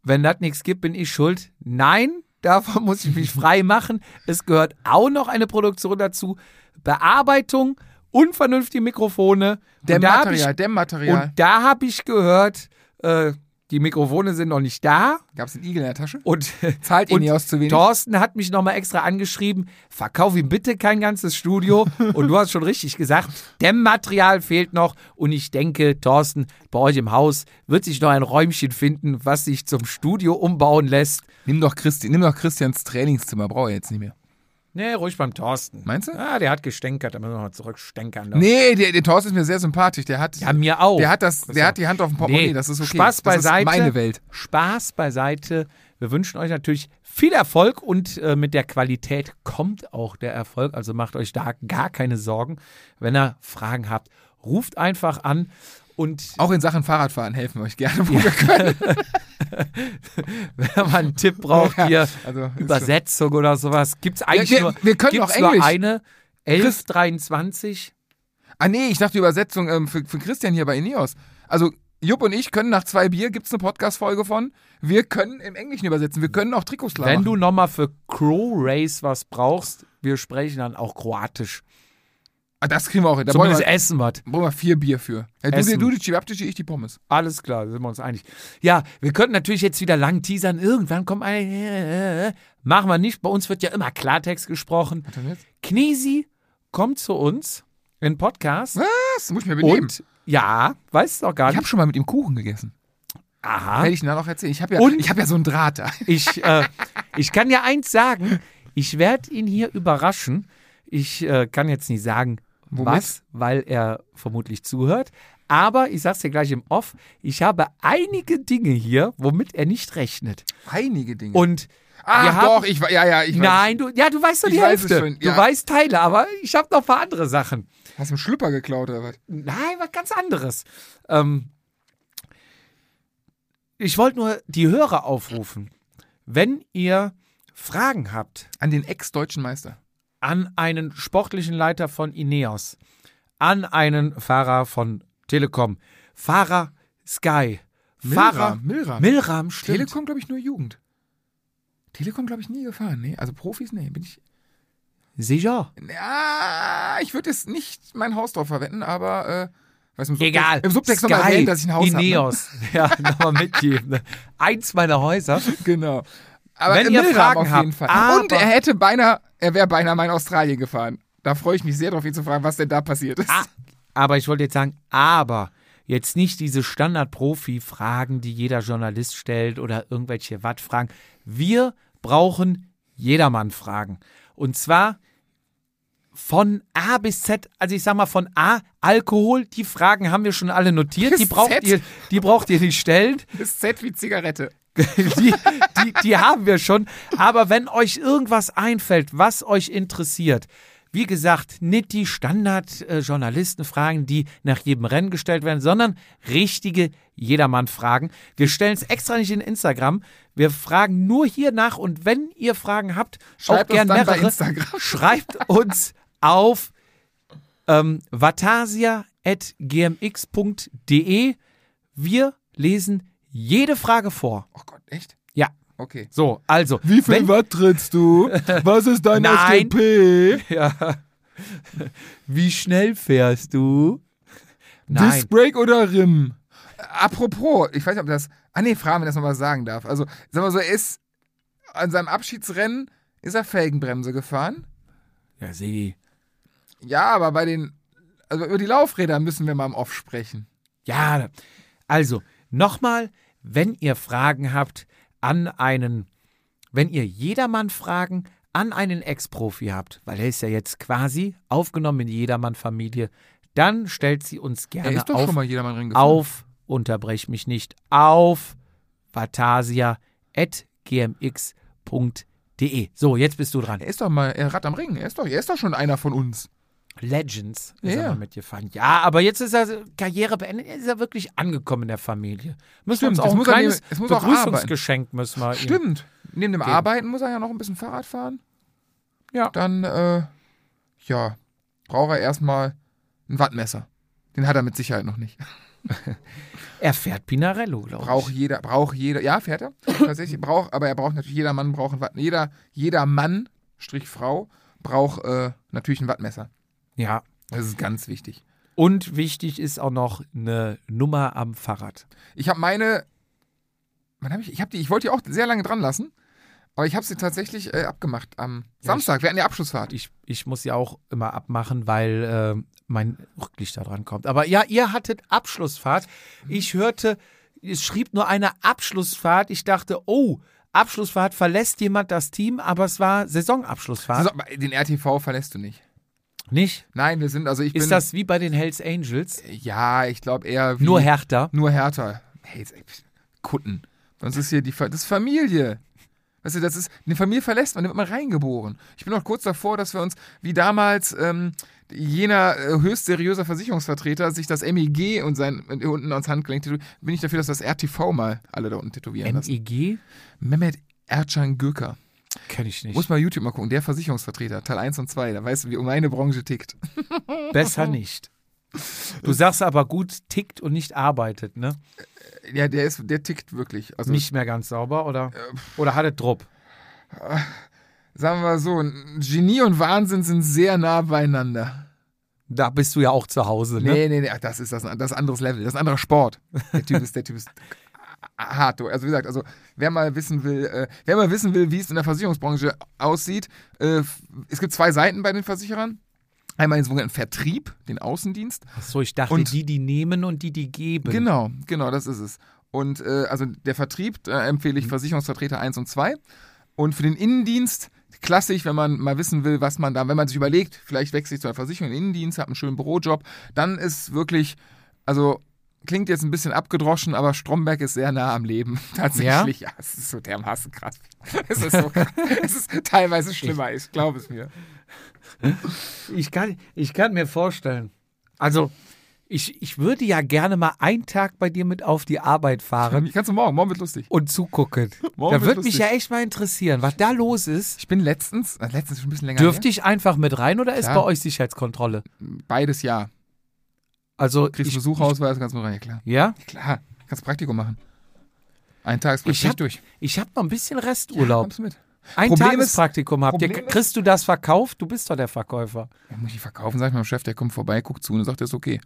wenn das nichts gibt, bin ich schuld. Nein, davon muss ich mich frei machen. Es gehört auch noch eine Produktion dazu. Bearbeitung, unvernünftige Mikrofone. Und da hab ich,
Dämmmaterial, Dämmmaterial.
Und da habe ich gehört, äh, die Mikrofone sind noch nicht da.
Gab's einen Igel in der Tasche?
Und
Zahlt
und
Ineos zu wenig?
Thorsten hat mich nochmal extra angeschrieben, verkauf ihm bitte kein ganzes Studio. und du hast schon richtig gesagt, Dämmmaterial fehlt noch. Und ich denke, Thorsten, bei euch im Haus wird sich noch ein Räumchen finden, was sich zum Studio umbauen lässt.
Nimm doch, Christi, nimm doch Christians Trainingszimmer, braucht er jetzt nicht mehr.
Nee, ruhig beim Thorsten.
Meinst du?
Ah, der hat gestänkert, da müssen wir mal zurückstänkern. doch.
Nee, der, der Thorsten ist mir sehr sympathisch. Der hat,
Ja, mir auch.
der hat, das, der hat die Hand auf dem Portemonnaie, Oh, das ist okay.
Spaß beiseite.
Das ist meine Welt.
Spaß beiseite. Wir wünschen euch natürlich viel Erfolg und äh, mit der Qualität kommt auch der Erfolg. Also macht euch da gar keine Sorgen. Wenn ihr Fragen habt, ruft einfach an und
Auch in Sachen Fahrradfahren helfen wir euch gerne, wo wir können.
wenn man einen Tipp braucht
Ja,
hier,
also ist
Übersetzung oder sowas, gibt es eigentlich
wir-
nur,
wir können
gibt's
auch
nur
Englisch.
eine. 1123.
Ah nee, ich dachte die Übersetzung ähm, für, für Christian hier bei Ineos. Also Jupp und ich können nach zwei Bier, gibt's eine Podcast-Folge von, wir können im Englischen übersetzen, wir können auch Trikots klar
Wenn
machen.
du nochmal für Crow Race was brauchst, wir sprechen dann auch Kroatisch.
Ah, das kriegen wir auch hin. Da brauchen
Zumindest
wir,
essen was.
brauchen wir vier Bier für. Ja, du,
Essen.
dir- du die Chibabtische, ich die Pommes.
Alles klar, sind wir uns einig. Ja, wir könnten natürlich jetzt wieder lang teasern. Irgendwann kommt ein. Machen wir nicht. Bei uns wird ja immer Klartext gesprochen.
Was denn jetzt?
Knesi kommt zu uns in den Podcast.
Was? Muss ich mir benehmen.
Und ja, weißt du auch gar
Ich habe
nicht.
schon mal mit ihm Kuchen gegessen.
Aha.
Werde ich nachher noch erzählen. Ich habe ja,
Und-
ich hab ja so einen Draht da.
Ich, äh, ich kann ja eins sagen. Ich werde ihn hier überraschen. Ich äh, kann jetzt nicht sagen,
Womit?
was, weil er vermutlich zuhört. Aber ich sag's dir gleich im Off. Ich habe einige Dinge hier, womit er nicht rechnet.
Einige Dinge.
Und wir
Ach
haben-
Ah, doch, ich war, ja, ja, ich weiß.
Nein, du, ja, du weißt doch die
Ich weiß es
Hälfte.
schon, ja.
Du weißt Teile, aber ich habe noch ein paar andere Sachen.
Hast du einen Schlüpper geklaut oder was?
Nein, was ganz anderes. Ähm, ich wollte nur die Hörer aufrufen. Wenn ihr Fragen habt
An den ex-deutschen Meister.
an einen sportlichen Leiter von Ineos, an einen Fahrer von Telekom, Fahrer Sky, Fahrer
Milram.
Milram, stimmt.
Telekom, glaube ich, nur Jugend. Telekom, glaube ich, nie gefahren. Nee, also Profis, nee, bin ich.
Sicher.
Ja, ich würde jetzt nicht mein Haus drauf verwenden, aber äh, weiß im Subtext,
Egal.
Im Subtext nochmal
Sky,
erwähnen, dass ich ein Haus habe. Ne?
Ineos. Ja, nochmal mitgeben. ne? Eins meiner Häuser.
Genau. Aber
Wenn
im
ihr
Milram
Fragen
auf jeden
habt,
Fall. Und
aber-
er hätte beinahe, er wäre beinahe mal in Australien gefahren. Da freue ich mich sehr darauf, ihn zu fragen, was denn da passiert ist.
Ah, aber ich wollte jetzt sagen, aber jetzt nicht diese Standard-Profi-Fragen, die jeder Journalist stellt oder irgendwelche Watt-Fragen. Wir brauchen Jedermann-Fragen. Und zwar von A bis Z, also ich sag mal von A, Alkohol, die Fragen haben wir schon alle notiert,
Bis
die braucht,
Z?
ihr, die braucht ihr nicht stellen.
Das Z wie Zigarette.
die, die, die haben wir schon. Aber wenn euch irgendwas einfällt, was euch interessiert, wie gesagt, nicht die Standard-Journalisten-Fragen, die nach jedem Rennen gestellt werden, sondern richtige Jedermann-Fragen. Wir stellen es extra nicht in Instagram. Wir fragen nur hier nach und wenn ihr Fragen habt,
Schreibt
auch
uns
gern
dann bei
mehrere,
Instagram.
schreibt uns auf ähm, vatasia.gmx.de. Wir lesen jede Frage vor.
Oh Gott, echt?
Ja,
Okay.
so, also.
Wie viel
wenn,
Watt trittst du? Was ist dein
Nein.
FDP?
ja. Wie schnell fährst du? Nein.
Disc Brake oder Rim? Äh, Apropos, ich weiß nicht, ob das. Ah nee, fragen, wenn das nochmal sagen darf. Also, sag mal so, er ist an seinem Abschiedsrennen ist er Felgenbremse gefahren.
Ja, Sigi.
Ja, aber bei den. Also über die Laufräder müssen wir mal im Off sprechen.
Ja, also nochmal, wenn ihr Fragen habt an einen, wenn ihr jedermann Fragen an einen Ex-Profi habt, weil er ist ja jetzt quasi aufgenommen in jedermann-Familie, dann stellt sie uns
Er
gerne
ist doch
auf
schon mal jedermann drin gefahren.
auf, unterbrech mich nicht, auf vatasia.gmx.de. So, jetzt bist du dran.
Er ist doch mal, er Rad am Ring. Er ist doch, er ist doch schon einer von uns.
Legends ist
Ja.
er mal mitgefahren. Ja, aber jetzt ist er Karriere beendet, er ist er wirklich angekommen in der Familie. Müssen
Stimmt,
wir uns
es
auch ein
muss er
kleines
nehmen- es muss auch
Begrüßungsgeschenk müssen wir ihm-
Stimmt. Neben dem Arbeiten muss er ja noch ein bisschen Fahrrad fahren.
Ja.
Dann, äh, ja, braucht er erstmal ein Wattmesser. Den hat er mit Sicherheit noch nicht.
Er fährt Pinarello, glaube ich.
Braucht jeder, braucht jeder, ja, fährt er. Tatsächlich braucht, aber er braucht natürlich, jeder Mann braucht ein Watt, jeder, jeder Mann, Strich Frau, braucht äh, natürlich ein Wattmesser.
Ja.
Das ist ganz wichtig.
Und wichtig ist auch noch eine Nummer am Fahrrad.
Ich habe meine, wann hab ich, ich habe die, ich wollte die auch sehr lange dran lassen, aber ich habe sie tatsächlich äh, abgemacht am
Ja,
Samstag, während der Abschlussfahrt.
Ich, ich muss ja auch immer abmachen, weil äh, mein Rücklicht da dran kommt. Aber ja, ihr hattet Abschlussfahrt. Ich hörte, es schrieb nur eine Abschlussfahrt. Ich dachte, oh, Abschlussfahrt verlässt jemand das Team, aber es war Saisonabschlussfahrt.
Also, den RTV verlässt du nicht.
Nicht?
Nein, wir sind, also ich bin.
Ist das wie bei den Hells Angels?
Ja, ich glaube eher wie
Nur härter.
nur härter. Hey, jetzt, ey, pst, Kutten. Sonst ist hier die Fa das ist Familie. Weißt du, das ist eine Familie verlässt man, da wird man reingeboren. Ich bin noch kurz davor, dass wir uns wie damals ähm, jener äh, höchst seriöser Versicherungsvertreter sich das MEG und sein und unten ans Handgelenk tätowiert. Bin ich dafür, dass das RTV mal alle da unten
E
tätowieren lassen.
MEG?
Mehmet Ercan Gürker.
Kenn ich nicht.
Muss mal YouTube mal gucken, der Versicherungsvertreter, Teil 1 und 2, da weißt du, wie meine Branche tickt.
Besser nicht. Du sagst aber gut, tickt und nicht arbeitet, ne?
Ja, der ist, der tickt wirklich. Also
Nicht mehr ganz sauber, oder? Oder hatte Drupp?
sagen wir mal so, Genie und Wahnsinn sind sehr nah beieinander.
Da bist du ja auch zu Hause, ne?
Nee, nee, nee, ach, das ist das, das ist ein anderes Level, das ist ein anderer Sport. Der Typ ist, der Typ ist hart. du. Also wie gesagt, also wer mal wissen will, äh, wer mal wissen will, wie es in der Versicherungsbranche aussieht, äh, f- es gibt zwei Seiten bei den Versicherern. Einmal den sogenannten Vertrieb, den Außendienst.
Ach so, ich dachte,
Und-
die, die nehmen und die, die geben.
Genau, genau, das ist es. Und äh, also der Vertrieb, da empfehle ich Versicherungsvertreter 1 und 2. Und für den Innendienst, klassisch, wenn man mal wissen will, was man da, wenn man sich überlegt, vielleicht wechsle ich zu einer Versicherung in den Innendienst, habe einen schönen Bürojob, dann ist wirklich, also klingt jetzt ein bisschen abgedroschen, aber Stromberg ist sehr nah am Leben. Tatsächlich, ja, es ist so dermaßen krass. Es ist so krass. es ist teilweise schlimmer, ich glaube es mir.
Ich kann, ich kann mir vorstellen. Also, Ich, ich würde ja gerne mal einen Tag bei dir mit auf die Arbeit fahren
Kannst du morgen, morgen wird lustig.
und zugucken.
Morgen
da
wird
würde mich
lustig.
ja echt mal interessieren, was da los ist.
Ich bin letztens, äh, letztens schon ein bisschen länger
Dürfte ich einfach mit rein oder ist
Klar.
bei euch Sicherheitskontrolle?
her. Beides ja.
Also,
Kriegst
ich,
du Besuchausweis, kannst du rein, ja klar.
ja,
Klar, kannst Praktikum machen. Ein Tag ist
Ich
Praktikum
hab
durch.
ich habe noch ein bisschen Resturlaub.
Kommst du mit?
Ein
Problem
Tagespraktikum habt ihr.
Problem ist-
Kriegst du das verkauft? Du bist doch der Verkäufer.
Ja, muss ich verkaufen, sag ich meinem Chef, der kommt vorbei, guckt zu und sagt, das ist okay.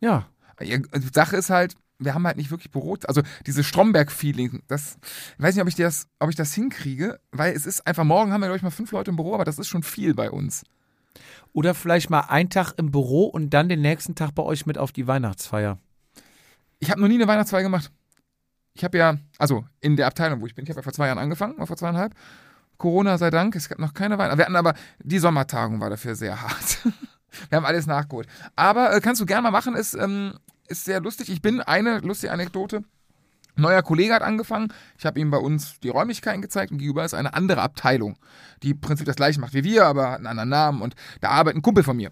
Ja.
Ja, also Sache ist halt, wir haben halt nicht wirklich Büro. Also dieses Stromberg-Feeling, das, ich weiß nicht, ob ich das, ob ich das hinkriege, weil es ist einfach, morgen haben wir, glaube ich, mal fünf Leute im Büro, aber das ist schon viel bei uns.
Oder vielleicht mal einen Tag im Büro und dann den nächsten Tag bei euch mit auf die Weihnachtsfeier.
Ich habe noch nie eine Weihnachtsfeier gemacht. Ich habe ja, also in der Abteilung, wo ich bin, ich habe ja vor zwei Jahren angefangen, oder vor zweieinhalb. Corona sei Dank, es gab noch keine Weihnachten. Wir hatten aber, die Sommertagung war dafür sehr hart. Wir haben alles nachgeholt. Aber äh, kannst du gerne mal machen, ist, ähm, ist sehr lustig. Ich bin eine lustige Anekdote. Neuer Kollege hat angefangen. Ich habe ihm bei uns die Räumlichkeiten gezeigt und gegenüber ist eine andere Abteilung, die im Prinzip das gleiche macht wie wir, aber hat einen anderen Namen. Und da arbeitet ein Kumpel von mir.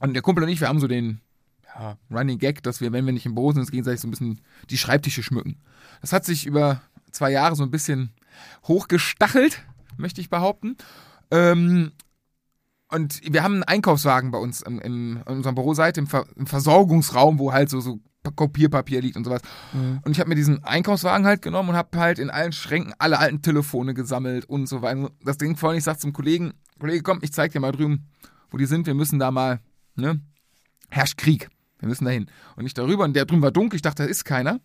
Und der Kumpel und ich, wir haben so den ja, Running Gag, dass wir, wenn wir nicht im Büro sind, uns gegenseitig so ein bisschen die Schreibtische schmücken. Das hat sich über zwei Jahre so ein bisschen hochgestachelt, möchte ich behaupten. Ähm, und wir haben einen Einkaufswagen bei uns im, im, in unserem Büroseite, im, Ver im Versorgungsraum, wo halt so, so Kopierpapier liegt und sowas. Und ich habe mir diesen Einkaufswagen halt genommen und habe halt in allen Schränken alle alten Telefone gesammelt und so weiter. Das Ding vorhin, ich sag zum Kollegen, Kollege, komm, ich zeig dir mal drüben, wo die sind, wir müssen da mal, ne? Herrscht Krieg. Wir müssen dahin. Und ich darüber. Und der drüben war dunkel. Ich dachte, da ist keiner.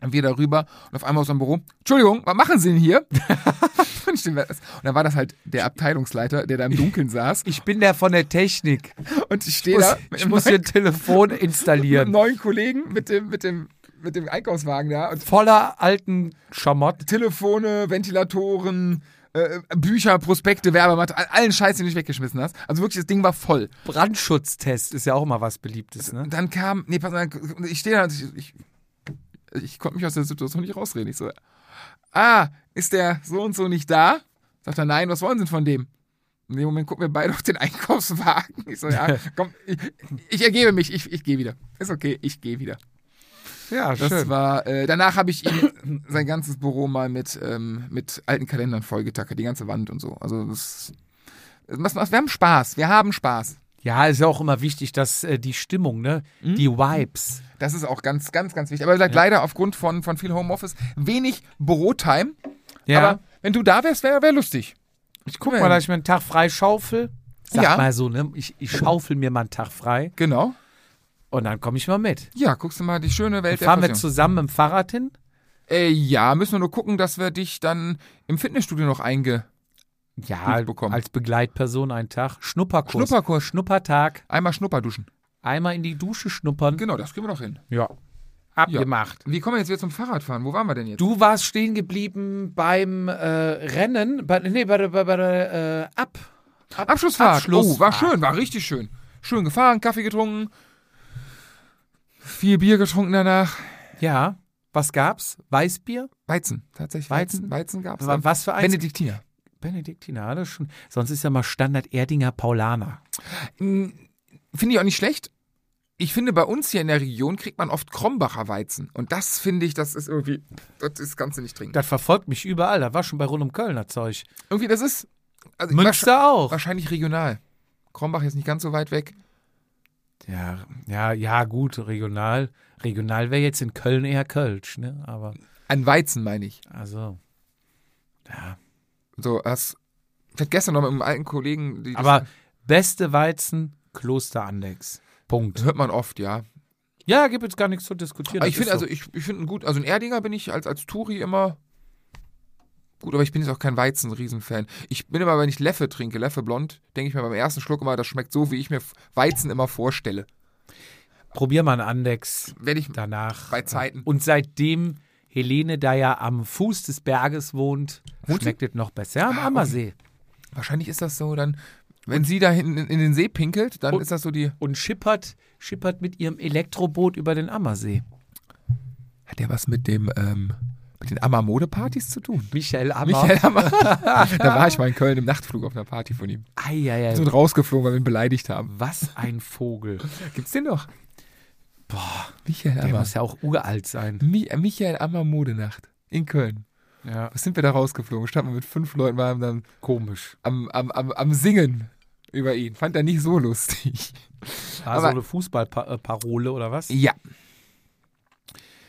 Und wir darüber. Und auf einmal aus dem Büro. Entschuldigung, was machen Sie denn hier? und, ich den- und dann war das halt der Abteilungsleiter, der da im Dunkeln saß.
Ich bin der von der Technik.
Und ich
Ich
stehe
muss,
da mit
ich
einem
muss hier
neuen,
ein Telefon
mit einem
installieren.
neuen Kollegen mit dem, mit dem, mit dem Einkaufswagen da. Und
Voller alten Schamott.
Telefone, Ventilatoren, äh, Bücher, Prospekte, Werbematerial, allen Scheiß, den du nicht weggeschmissen hast. Also wirklich, das Ding war voll.
Brandschutztest ist ja auch immer was Beliebtes, ne?
Und dann kam, nee, pass mal, ich stehe da, und ich, ich, ich konnte mich aus der Situation nicht rausreden. Ich so, ah, ist der so und so nicht da? Sagt er, nein, was wollen Sie denn von dem? In dem Moment gucken wir beide auf den Einkaufswagen. Ich so, ja, komm, ich, ich ergebe mich, ich, ich gehe wieder. Ist okay, ich gehe wieder.
Ja,
Das war, äh, danach habe ich ihm sein ganzes Büro mal mit, ähm, mit alten Kalendern vollgetackert, die ganze Wand und so. Also, das, das, das, wir haben Spaß, wir haben Spaß.
Ja, ist ja auch immer wichtig, dass äh, die Stimmung, ne?
Hm?
Die Vibes.
Das ist auch ganz, ganz, ganz wichtig. Aber wie gesagt, leider aufgrund von, von viel Homeoffice wenig Bürotime.
Ja.
Aber wenn du da wärst, wäre wär lustig.
ich guck mal, dass ich mir einen Tag frei schaufel. Sag
Ja.
mal so, ne? Ich, ich schaufel mir mal einen Tag frei
Genau.
und dann komme ich mal mit.
Ja, guckst du mal die schöne Welt
Fahren wir
Passion.
zusammen mit dem Fahrrad hin?
äh, Ja, müssen wir nur gucken, dass wir dich dann im Fitnessstudio noch einge.
Ja,
Gut bekommen.
als Begleitperson einen Tag. Schnupperkurs.
Schnupperkurs.
Schnuppertag.
Einmal Schnupperduschen.
Einmal in die Dusche schnuppern.
Genau, das kriegen wir doch hin.
Ja. Abgemacht.
Wie kommen wir jetzt wieder zum Fahrradfahren? Wo waren wir denn jetzt?
Du warst stehen geblieben beim äh, Rennen, bei, nee, bei der, bei, bei der äh, Ab.
Abschlussfahrt.
Abschlussfahrt.
Oh, war schön, war richtig schön. Schön gefahren, Kaffee getrunken. Viel Bier getrunken danach.
Ja. Was gab's? Weißbier?
Weizen, tatsächlich.
Weizen?
Weizen, Weizen gab es.
Wa- Was für eins?
Benediktiner.
Benediktiner, das ist schon. Sonst ist ja mal Standard Erdinger Paulaner.
Hm, Finde ich auch nicht schlecht. Ich finde, bei uns hier in der Region kriegt man oft Krombacher Weizen. Und das finde ich, das ist irgendwie, das ist das Ganze nicht trinken.
Das verfolgt mich überall. Das war schon bei Rund um Kölner Zeug.
irgendwie, das ist. Also
Münster
wahrscheinlich-
auch.
Wahrscheinlich regional. Krombach ist nicht ganz so weit weg.
Ja, ja, ja, gut, regional. Regional wäre jetzt in Köln eher Kölsch, ne? Aber,
An Weizen, meine ich.
also.
So, das. Ich hatte gestern noch mit einem alten Kollegen. Die,
Aber beste Weizen, Kloster Andex.
das
Punkt.
hört man oft, ja.
Ja, gibt jetzt gar nichts zu diskutieren.
Aber
das
ich finde,
ist
also
so.
ich, ich finde einen gut, also ein Erdinger bin ich als, als Touri immer gut, aber ich bin jetzt auch kein Weizen-Riesenfan. Ich bin immer, wenn ich Leffe trinke, Leffe blond, denke ich mir beim ersten Schluck immer, das schmeckt so, wie ich mir Weizen immer vorstelle.
Probier mal einen Andex
Wenn ich,
danach.
also- Bei Zeiten.
Und seitdem Helene da ja am Fuß des Berges wohnt,
Wohnt sie?
schmeckt es noch besser. Ja, am
Ah,
Ammersee.
wahrscheinlich ist das so, dann, wenn sie da hinten in, in den See pinkelt, dann
Und-
ist das so die,
Und schippert, schippert mit ihrem Elektroboot über den Ammersee.
hat der was mit dem, ähm, mit den Ammer-Mode-Partys zu tun?
Michael Ammer.
Michael Ammer. da war ich mal in Köln im Nachtflug auf einer Party von ihm.
Eieiei.
Wir sind rausgeflogen, weil wir ihn beleidigt haben.
Was ein Vogel.
Gibt's den noch? Michael
Der
Ammer.
muss ja auch uralt sein.
Mi Michael Ammer Modenacht in Köln.
Ja,
Was sind wir da rausgeflogen? Standen wir mit fünf Leuten, waren dann
komisch.
am, am, am, am Singen über ihn. Fand er nicht so lustig.
War
Aber-
Ah, so eine Fußballparole oder was?
Ja.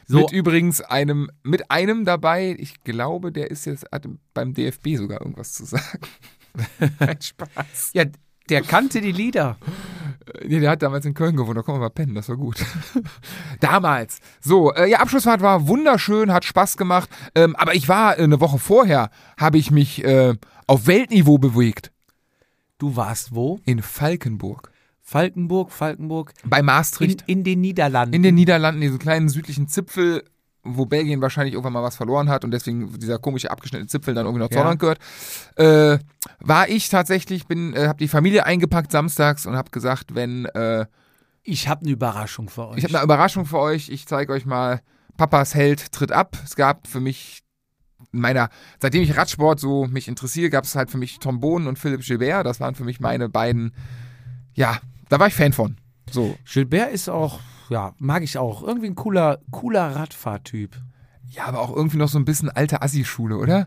So.
Mit übrigens einem, mit einem dabei, ich glaube, der ist jetzt hat beim DFB sogar irgendwas zu sagen. Kein Spaß.
Ja, der kannte die Lieder.
Nee, der hat damals in Köln gewohnt, da kommen wir mal pennen, das war gut. damals. So, äh, ja, Abschlussfahrt war wunderschön, hat Spaß gemacht. Ähm, aber ich war äh, eine Woche vorher, habe ich mich äh, auf Weltniveau bewegt.
Du warst wo?
In Falkenburg.
Falkenburg, Falkenburg.
Bei
In,
Maastricht.
in den Niederlanden.
in den Niederlanden, diesen kleinen südlichen Zipfel, wo Belgien wahrscheinlich irgendwann mal was verloren hat und deswegen dieser komische abgeschnittene Zipfel dann irgendwie noch zu
Ja.
Holland gehört, äh, war ich tatsächlich, bin, äh, habe die Familie eingepackt samstags und habe gesagt, wenn äh,
ich habe eine Überraschung für euch.
ich ne habe eine Überraschung für euch, ich zeige euch mal, Papas Held tritt ab. Es gab für mich in meiner, seitdem ich Radsport so mich interessiere, gab es halt für mich Tom Bohnen und Philipp Gilbert. Das waren für mich meine beiden, ja, da war ich Fan von. So,
Gilbert ist auch, ja, mag ich auch. Irgendwie ein cooler, cooler Radfahrtyp.
Ja, aber auch irgendwie noch so ein bisschen alte Assi-Schule, oder?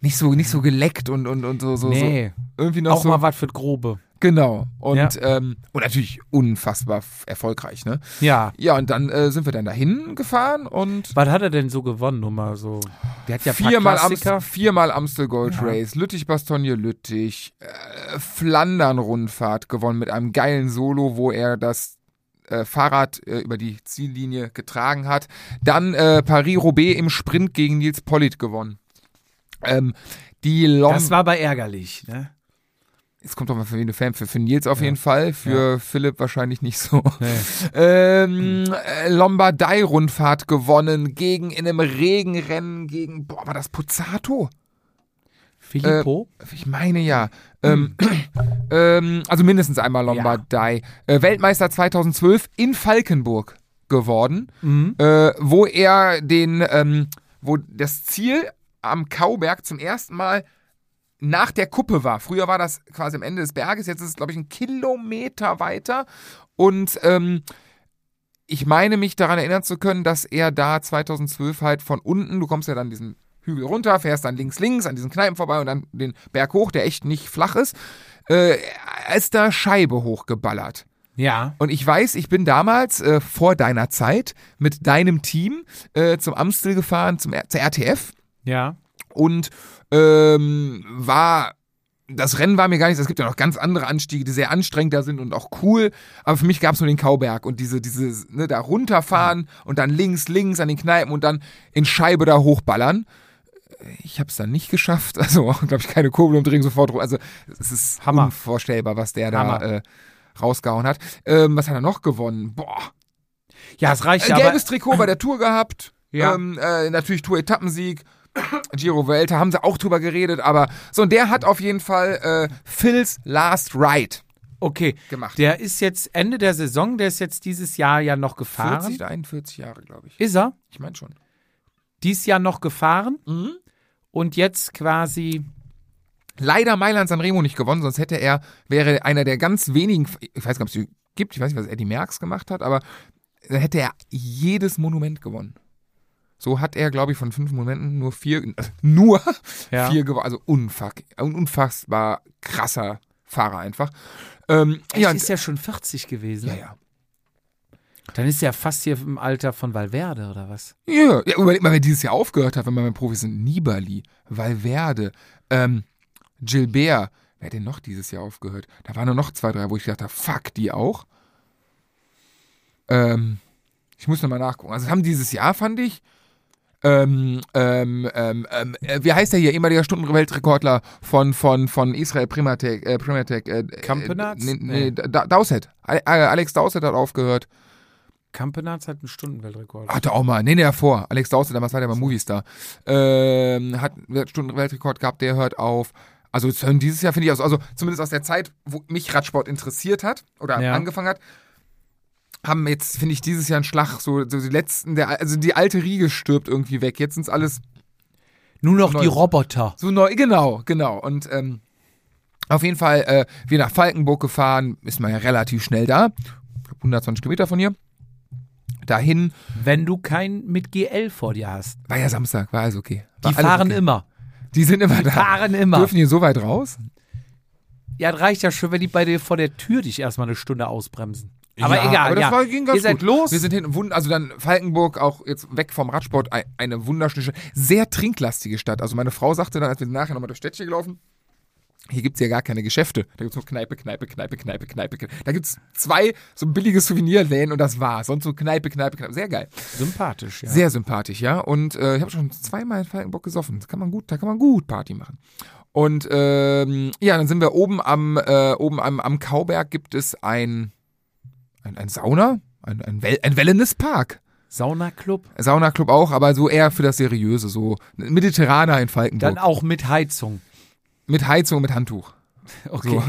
Nicht so, nicht so geleckt und, und, und so, so,
Nee,
so. Irgendwie noch
auch
so.
mal was für Grobe.
genau. Und,
Ja.
ähm, und natürlich unfassbar f- erfolgreich, ne?
Ja.
Ja, und dann äh, sind wir dann dahin gefahren und
Was hat er denn so gewonnen, nur mal so? Der hat ja ein paar
viermal,
Klassiker.
Amst, viermal Amstel Gold
Ja.
Race, Lüttich-Bastogne-Lüttich, äh, Flandern-Rundfahrt gewonnen mit einem geilen Solo, wo er das äh, Fahrrad äh, über die Ziellinie getragen hat. Dann äh, Paris-Roubaix im Sprint gegen Nils Pollitt gewonnen. Ähm, die Lom
Das war aber ärgerlich, ne?
es kommt doch mal für wen du Fan für, für Nils auf jeden Fall, für Philipp wahrscheinlich nicht so.
Nee.
Ähm, äh, Lombardei-Rundfahrt gewonnen gegen in einem Regenrennen gegen, boah, war das Pozzato? Äh,
Filippo?
Ich meine ja. Ähm, ähm, also mindestens einmal Lombardei. Äh, Weltmeister 2012 in Falkenburg geworden,
Mhm.
äh, wo er den, ähm, wo das Ziel am Kauberg zum ersten Mal nach der Kuppe war. Früher war das quasi am Ende des Berges, jetzt ist es, glaube ich, ein Kilometer weiter. Und ähm, ich meine mich daran erinnern zu können, dass er da 2012 halt von unten, du kommst ja dann diesen Hügel runter, fährst dann links, links an diesen Kneipen vorbei und dann den Berg hoch, der echt nicht flach ist, äh, ist da Scheibe hochgeballert.
Ja.
Und ich weiß, ich bin damals äh, vor deiner Zeit mit deinem Team äh, zum Amstel gefahren, zum R zur RTF
Ja.
und ähm, war das Rennen war mir gar nicht, es gibt ja noch ganz andere Anstiege, die sehr anstrengender sind und auch cool, aber für mich gab es nur den Kauberg und diese, diese, ne, da runterfahren und dann links, links an den Kneipen und dann in Scheibe da hochballern. Ich habe es dann nicht geschafft, also glaube ich keine Kurbel umdrehen, sofort ru- Also es ist
Hammer.
unvorstellbar, was der
Hammer.
da äh, rausgehauen hat. Ähm, was hat er noch gewonnen? Boah,
Ja, es reicht
äh,
ja, aber
gelbes Trikot bei der Tour gehabt.
Ja.
Ähm, äh, natürlich Tour-Etappensieg. Giro Vuelta haben sie auch drüber geredet, aber so, und der hat auf jeden Fall äh, Phil's Last Ride
okay.
gemacht.
Der ist jetzt Ende der Saison, der ist jetzt dieses Jahr ja noch gefahren.
40 oder 41 Jahre, glaube ich.
Ist er?
Ich meine schon.
Dies Jahr noch gefahren
Mhm.
und jetzt quasi
Leider Mailand Sanremo nicht gewonnen, sonst hätte er, wäre einer der ganz wenigen, ich weiß gar nicht, ob es die gibt, ich weiß nicht, was Eddie Merckx gemacht hat, aber dann hätte er jedes Monument gewonnen. So hat er, glaube ich, von fünf Monumenten nur vier, also nur
Ja.
vier gewonnen. Also unfuck, ein unfassbar krasser Fahrer einfach. Ähm, ja,
Echt, ist ja schon 40 gewesen.
ja, ja.
Dann ist er fast hier im Alter von Valverde oder was?
Ja, ja, überleg mal, wer dieses Jahr aufgehört hat, wenn man mit Profis sind. Nibali, Valverde, ähm, Gilbert. Wer hat denn noch dieses Jahr aufgehört? Da waren nur noch zwei, drei, wo ich dachte, fuck, die auch. Ähm, ich muss nochmal nachgucken. Also, es haben dieses Jahr, fand ich, ähm, ähm, ähm, ähm, äh, wie heißt der hier? Ehemaliger Stundenweltrekordler von, von, von Israel Primatec. Äh, Primatec äh,
Kampenarz?
Äh, nee,
Nee.
nee, Da- Dowsett. Al- Alex Dowsett hat aufgehört.
Kampenarz hat einen Stundenweltrekord.
Hatte auch mal, nee, nee, davor. Alex Dawson, damals war der bei Movistar. Ähm, hat einen Stundenweltrekord gehabt, der hört auf. Also es hören dieses Jahr finde ich, also, also zumindest aus der Zeit, wo mich Radsport interessiert hat oder
Ja.
angefangen hat, haben jetzt, finde ich, dieses Jahr einen Schlag, so, so die letzten, der, also die alte Riege stirbt irgendwie weg. Jetzt sind es alles
Nur noch die
Neues.
Roboter.
so neu, genau, genau. Und ähm, auf jeden Fall, äh, wir nach Falkenburg gefahren, ist man ja relativ schnell da. Ich glaub, 120 Kilometer von hier. dahin.
Wenn du kein mit GL vor dir hast.
War ja Samstag, war alles okay. War
Die
alles
fahren
okay.
immer.
Die sind immer da.
fahren immer.
Dürfen die so weit raus?
Ja, das reicht ja schon, wenn die bei dir vor der Tür dich erstmal eine Stunde ausbremsen. Aber
ja,
egal,
Aber das
ja.
war, ging ganz
Ihr seid
gut.
los.
Wir sind hinten, wund- also dann Falkenburg, auch jetzt weg vom Radsport, ei- eine wunderschöne, sehr trinklastige Stadt. Also meine Frau sagte dann, als wir nachher nochmal durchs Städtchen gelaufen, hier gibt's ja gar keine Geschäfte. Da gibt's nur Kneipe, Kneipe, Kneipe, Kneipe, Kneipe. Kneipe. Da gibt's zwei so billige Souvenirläden und das war's. Sonst so Kneipe, Kneipe, Kneipe. Sehr geil.
Sympathisch, ja.
Sehr sympathisch, ja. Und äh, ich habe schon zweimal in Falkenburg gesoffen. Das kann man gut, da kann man gut Party machen. Und ähm, ja, dann sind wir oben am, äh, oben am, am Kauberg gibt es ein, ein, ein Sauna, ein, ein, well, ein wellendes Park.
Saunaclub.
Saunaclub auch, aber so eher für das Seriöse, so ein mediterraner in Falkenburg.
Dann auch mit Heizung.
mit Heizung, mit Handtuch.
Okay.
So.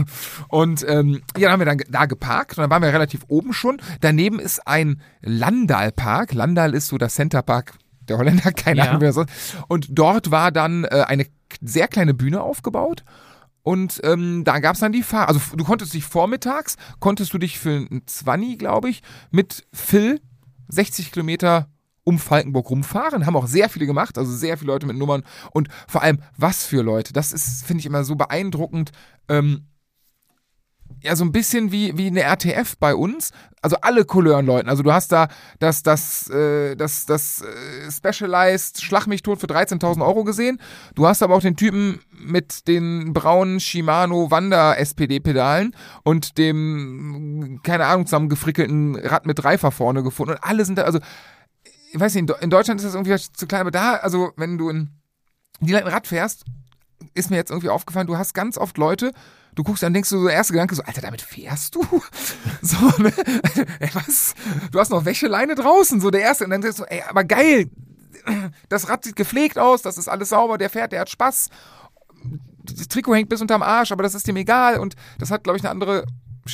Und ähm, ja, dann haben wir dann ge- da geparkt und dann waren wir relativ oben schon. Daneben ist ein Landalpark. Landal ist so der Centerpark der Holländer, keine
Ja.
Ahnung, wer das ist. Und dort war dann äh, eine k- sehr kleine Bühne aufgebaut. Und ähm, da gab es dann die Fahrt. Also f- du konntest dich vormittags, konntest du dich für einen 20, glaube ich, mit Phil 60 Kilometer um Falkenburg rumfahren. Haben auch sehr viele gemacht, also sehr viele Leute mit Nummern. Und vor allem, was für Leute. Das ist, finde ich, immer so beeindruckend. Ähm, ja, so ein bisschen wie, wie eine RTF bei uns. Also alle Couleuren-Leuten. Also du hast da das, das, äh, das, das äh, Specialized Schlag mich tot für 13.000 Euro gesehen. Du hast aber auch den Typen mit den braunen Shimano Wander SPD-Pedalen und dem, keine Ahnung, zusammengefrickelten Rad mit Dreifer vorne gefunden. Und alle sind da, also ich weiß nicht, in Do- in Deutschland ist das irgendwie zu klein, aber da, also wenn du in die Leute ein Rad fährst, ist mir jetzt irgendwie aufgefallen, du hast ganz oft Leute, du guckst dann denkst du so, der erste Gedanke so, Alter, damit fährst du? So, ne? Ey, was? Du hast noch Wäscheleine draußen, so der erste. Und dann denkst du, ey, aber geil, das Rad sieht gepflegt aus, das ist alles sauber, der fährt, der hat Spaß. Das Trikot hängt bis unterm Arsch, aber das ist dem egal und das hat, glaube ich, eine andere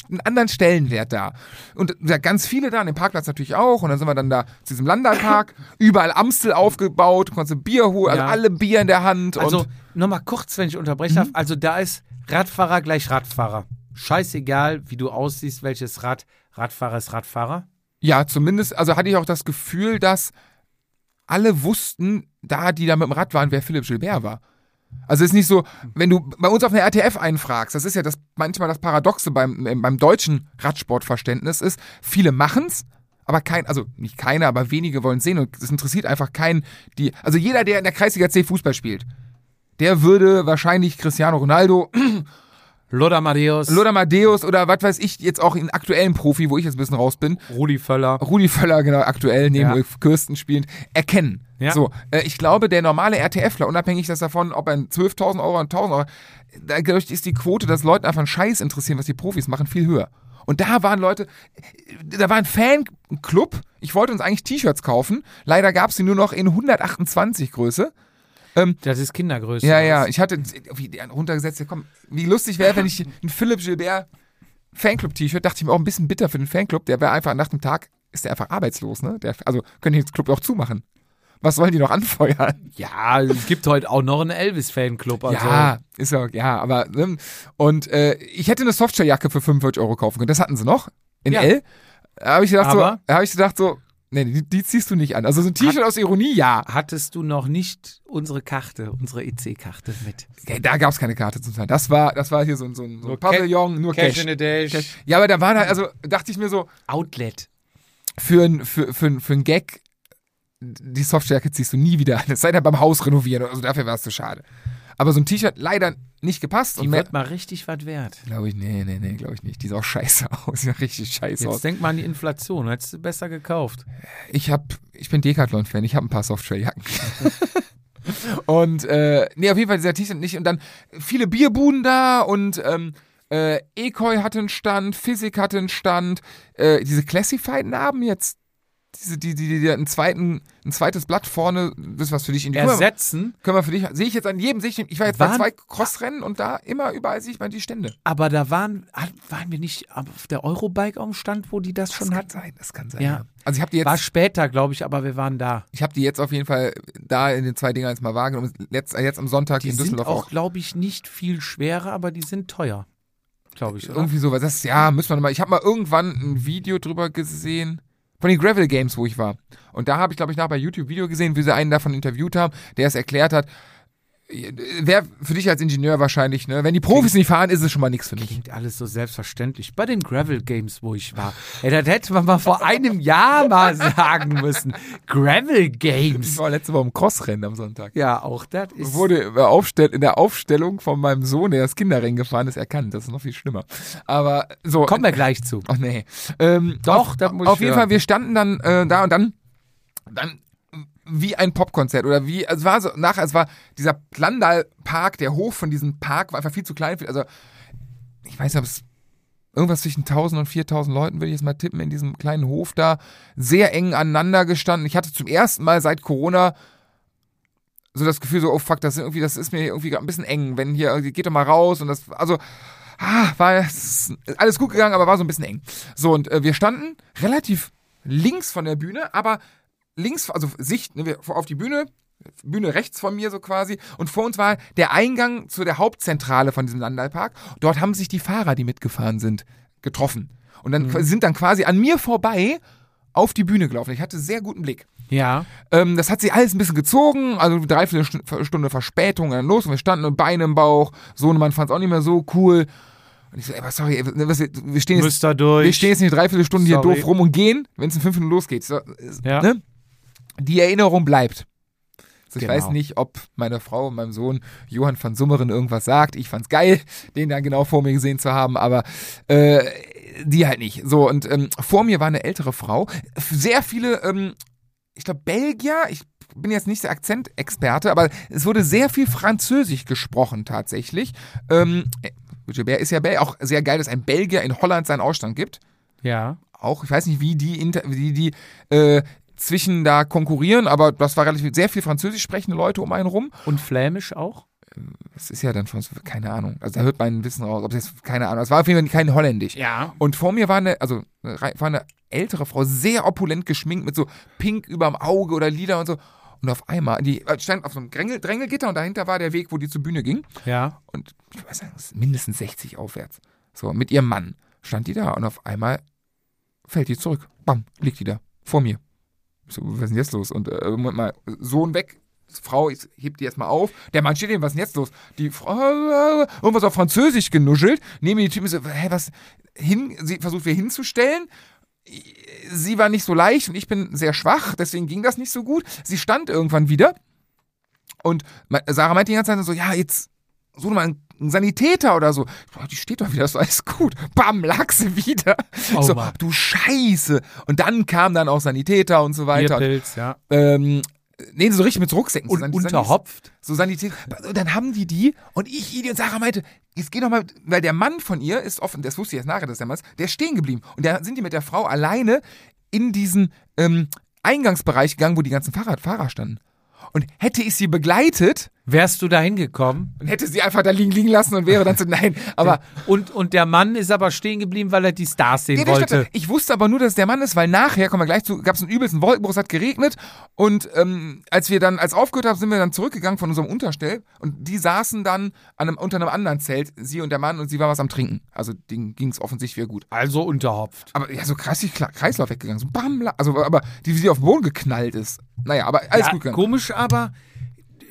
einen anderen Stellenwert da. Und da ganz viele da, an dem Parkplatz natürlich auch. Und dann sind wir dann da zu diesem Landerpark, überall Amstel aufgebaut, konntest ein Bier holen,
Ja.
also alle Bier in der Hand.
Also
und Mhm.
nochmal kurz, wenn ich unterbrechen darf. Also da ist Radfahrer gleich Radfahrer. Scheißegal, wie du aussiehst, welches Rad. Radfahrer ist Radfahrer.
Ja, zumindest, also hatte ich auch das Gefühl, dass alle wussten, da die da mit dem Rad waren, wer Philipp Gilbert war. Also es ist nicht so, wenn du bei uns auf einer RTF einfragst, das ist ja das manchmal das Paradoxe beim, äh, beim deutschen Radsportverständnis ist, viele machen's, aber kein, also nicht keiner, aber wenige wollen sehen und es interessiert einfach keinen, die, also jeder, der in der Kreisliga C Fußball spielt, der würde wahrscheinlich Cristiano Ronaldo
Lothar Matthäus,
Lothar Matthäus oder was weiß ich jetzt auch in aktuellen Profi, wo ich jetzt ein bisschen raus bin,
Rudi Völler.
Rudi Völler, genau, aktuell neben
Ja.
Ulf Kirsten spielend, erkennen.
Ja.
So, äh, ich glaube, der normale RTFler, unabhängig dass davon, ob er 12.000 Euro und 1.000 Euro, da glaub ich, ist die Quote, dass Leuten einfach einen Scheiß interessieren, was die Profis machen, viel höher. Und da waren Leute, da war ein Fanclub, ich wollte uns eigentlich T-Shirts kaufen, leider gab es die nur noch in 128 Größe.
Das ist Kindergröße. Also,
Ja, ja, ich hatte irgendwie die runtergesetzt, ja, komm, wie lustig wäre, wenn ich ein Philipp Gilbert Fanclub-T-Shirt, dachte ich mir auch ein bisschen bitter für den Fanclub, der wäre einfach nach dem Tag, ist der einfach arbeitslos, ne? Der, also können die den Club auch zumachen. Was wollen die noch anfeuern?
Ja, es gibt heute auch noch einen Elvis-Fanclub. Also.
ja, ist ja, ja, aber, ne? Und äh, ich hätte eine Softshell-Jacke für 45 Euro kaufen können, das hatten sie noch, in
Ja.
L. Da habe ich gedacht,
Aber-
so, da habe ich gedacht, so, nee, die, die ziehst du nicht an. Also so ein T-Shirt aus Ironie, ja.
Hattest du noch nicht unsere Karte, unsere EC-Karte mit?
Ja, Da gab es keine Karte zum Teil. Das war, das war hier so, ein- so ein, so ein
Nur
Pavillon, nur Cash.
a Dash.
Ja, aber da waren halt, also dachte ich mir so,
Outlet.
für ein, für, für, ein- für ein Gag, die Softstärke ziehst du nie wieder an. Es sei denn beim Haus renovieren, also dafür war es zu schade. Aber so ein T-Shirt leider nicht gepasst.
Die
und mehr,
wird mal richtig was wert.
glaube ich, nee, nee, nee, glaube ich nicht. Die sah auch scheiße aus. Sieht auch richtig scheiße
Jetzt
aus.
denk mal an die Inflation. Hättest du besser gekauft.
Ich hab, ich bin Decathlon-Fan, ich habe ein paar Softshelljacken. und äh, nee, auf jeden Fall dieser T-Shirt nicht. Und dann viele Bierbuden da und ähm, äh, Ekoi hatte einen Stand, Physik hatte einen Stand, äh, diese Classifieden haben jetzt diese, die, die, die, die einen zweiten, ein zweites Blatt vorne, das ist was für dich in die können wir-
Ersetzen,
können wir für dich, sehe ich jetzt an jedem, sehe ich, ich war jetzt bei
Waren-
zwei Crossrennen und da immer überall sehe ich mal die Stände.
aber da waren, hat- waren wir nicht auf der Eurobike am Stand, wo die das schon
das kann
hatten?
sein, das kann sein.
Ja.
Ja. Also ich habe die jetzt
War später, glaube ich, aber wir waren da.
Ich habe die jetzt auf jeden Fall da in den zwei Dingern jetzt mal wahrgenommen. Letzt, jetzt am Sonntag
Die
in
sind
Düsseldorf
auch,
auch.
glaube ich, nicht viel schwerer, aber die sind teuer. Glaube ich, oder?
Irgendwie sowas. Das, ja, müssen wir nochmal. Ich habe mal irgendwann ein Video drüber gesehen. Von den Gravel Games, wo ich war. Und da habe ich, glaube ich, nach bei YouTube Video gesehen, wie sie einen davon interviewt haben, der es erklärt hat. Wäre für dich als Ingenieur wahrscheinlich, ne? Wenn die Profis nicht fahren, ist es schon mal nichts für mich.
Klingt alles so selbstverständlich. Bei den Gravel Games, wo ich war. Ey, das hätte man mal vor einem Jahr mal sagen müssen. Gravel
Ich
Games.
war letzte Woche im Crossrennen am Sonntag.
Ja, auch das ist.
Wurde bei Aufstell in der Aufstellung von meinem Sohn, der das Kinderrennen gefahren ist, erkannt. Das ist noch viel schlimmer. Aber so.
Kommen wir gleich zu.
Oh nee. Ähm,
Doch,
auf,
da muss
Auf
ich
jeden
hören.
Fall, wir standen dann äh, da und dann, dann wie ein Popkonzert oder wie, also es war so, nachher, es war dieser Plandal Park, der Hof von diesem Park war einfach viel zu klein. für- Also, ich weiß nicht, ob es irgendwas zwischen 1000 und 4000 Leuten, würde ich jetzt mal tippen, in diesem kleinen Hof da, sehr eng aneinander gestanden. Ich hatte zum ersten Mal seit Corona so das Gefühl so, oh fuck, das, sind irgendwie, das ist mir irgendwie grad ein bisschen eng, wenn hier, also, geht doch mal raus und das, also, ah, war ist alles gut gegangen, aber war so ein bisschen eng. So, und äh, wir standen relativ links von der Bühne, aber links, also Sicht ne, wir, auf die Bühne, Bühne rechts von mir so quasi. Und vor uns war der Eingang zu der Hauptzentrale von diesem Landalpark. Dort haben sich die Fahrer, die mitgefahren sind, getroffen. Und dann sind dann quasi an mir vorbei auf die Bühne gelaufen. Ich hatte sehr guten Blick.
Ja.
Ähm, das hat sich alles ein bisschen gezogen, also dreiviertel Stu- Stunde Verspätung dann los und wir standen mit Beinen im Bauch. Sohnemann fand es auch nicht mehr so cool. Und ich so, ey, was, sorry, ey, was, wir stehen jetzt
Müsst ihr durch.
wir stehen jetzt nicht dreiviertel Stunde hier
Sorry.
doof rum und gehen, wenn es in fünf Minuten losgeht. So, ist-
Ja.
ne? Die Erinnerung bleibt. So, Also ich
Genau.
weiß nicht, ob meiner Frau und meinem Sohn Johann van Summeren irgendwas sagt. Ich fand's geil, den dann genau vor mir gesehen zu haben, aber äh, die halt nicht. So, und ähm, vor mir war eine ältere Frau. Sehr viele, ähm, ich glaube, Belgier, ich bin jetzt nicht der Akzentexperte, aber es wurde sehr viel Französisch gesprochen tatsächlich. Ähm, Gilbert ist ja Bel auch sehr geil, dass ein Belgier in Holland seinen Ausstand gibt
Ja.
auch, ich weiß nicht, wie die, inter, wie die äh, zwischen da konkurrieren, aber das war relativ sehr viel französisch sprechende Leute um einen rum.
Und flämisch auch?
Das ist ja dann von, keine Ahnung, also da hört man ein bisschen raus, ob das, keine Ahnung, es war auf jeden Fall kein Holländisch.
Ja.
Und vor mir war eine, also eine rei- war eine ältere Frau, sehr opulent geschminkt, mit so pink überm Auge oder lila und so. Und auf einmal, die äh, stand auf so einem Drängel, Drängelgitter und dahinter war der Weg, wo die zur Bühne ging.
Ja.
Und ich weiß nicht, mindestens 60 aufwärts. So, mit ihrem Mann stand die da und auf einmal fällt die zurück. Bam, liegt die da. Vor mir. Ich So, was ist denn jetzt los? Und äh, Moment mal, Sohn weg, Frau ich heb die erstmal auf. Der Mann steht eben, was ist denn jetzt los? Die Frau, äh, irgendwas auf Französisch genuschelt. Neben die Typen so, hä, was? Hin, sie versucht wir hinzustellen. Sie war nicht so leicht und ich bin sehr schwach, deswegen ging das nicht so gut. Sie stand irgendwann wieder und me- Sarah meinte die ganze Zeit so, ja, jetzt so mal ein ein Sanitäter oder so. Boah, die steht doch wieder, ist doch alles gut. Bam, lag sie wieder.
Oh
so,
Mann.
du Scheiße. Und dann kamen dann auch Sanitäter und so weiter.
Bierpilz, ja.
Ähm, nee, so richtig mit so Rucksäcken. so
Und
Sanit-
unterhopft?
So Sanität. Und dann haben die die und ich, Idi und Sarah meinte, jetzt geh doch mal, weil der Mann von ihr ist offen, das wusste ich erst nachher, dass der Mann ist, der ist stehen geblieben. Und da sind die mit der Frau alleine in diesen ähm, Eingangsbereich gegangen, wo die ganzen Fahrradfahrer standen. Und hätte ich sie begleitet
Wärst du da hingekommen?
und hätte sie einfach da liegen, liegen lassen und wäre dann so, nein, aber
Und, und der Mann ist aber stehen geblieben, weil er die Stars sehen
Nee, der
wollte.
stand da. Ich wusste aber nur, dass es der Mann ist, weil nachher, kommen wir gleich zu, gab es einen übelsten Wolkenbruch, es hat geregnet und ähm, als wir dann, als aufgehört haben, sind wir dann zurückgegangen von unserem Unterstell und die saßen dann an einem, unter einem anderen Zelt, sie und der Mann und sie war was am Trinken. Also denen ging es offensichtlich wieder gut.
Also unterhopft.
Aber ja, so krass, die Kla- Kreislauf weggegangen, so bam, la- also aber die, wie sie auf den Boden geknallt ist. Naja, aber alles
ja,
gut gegangen.
Komisch aber,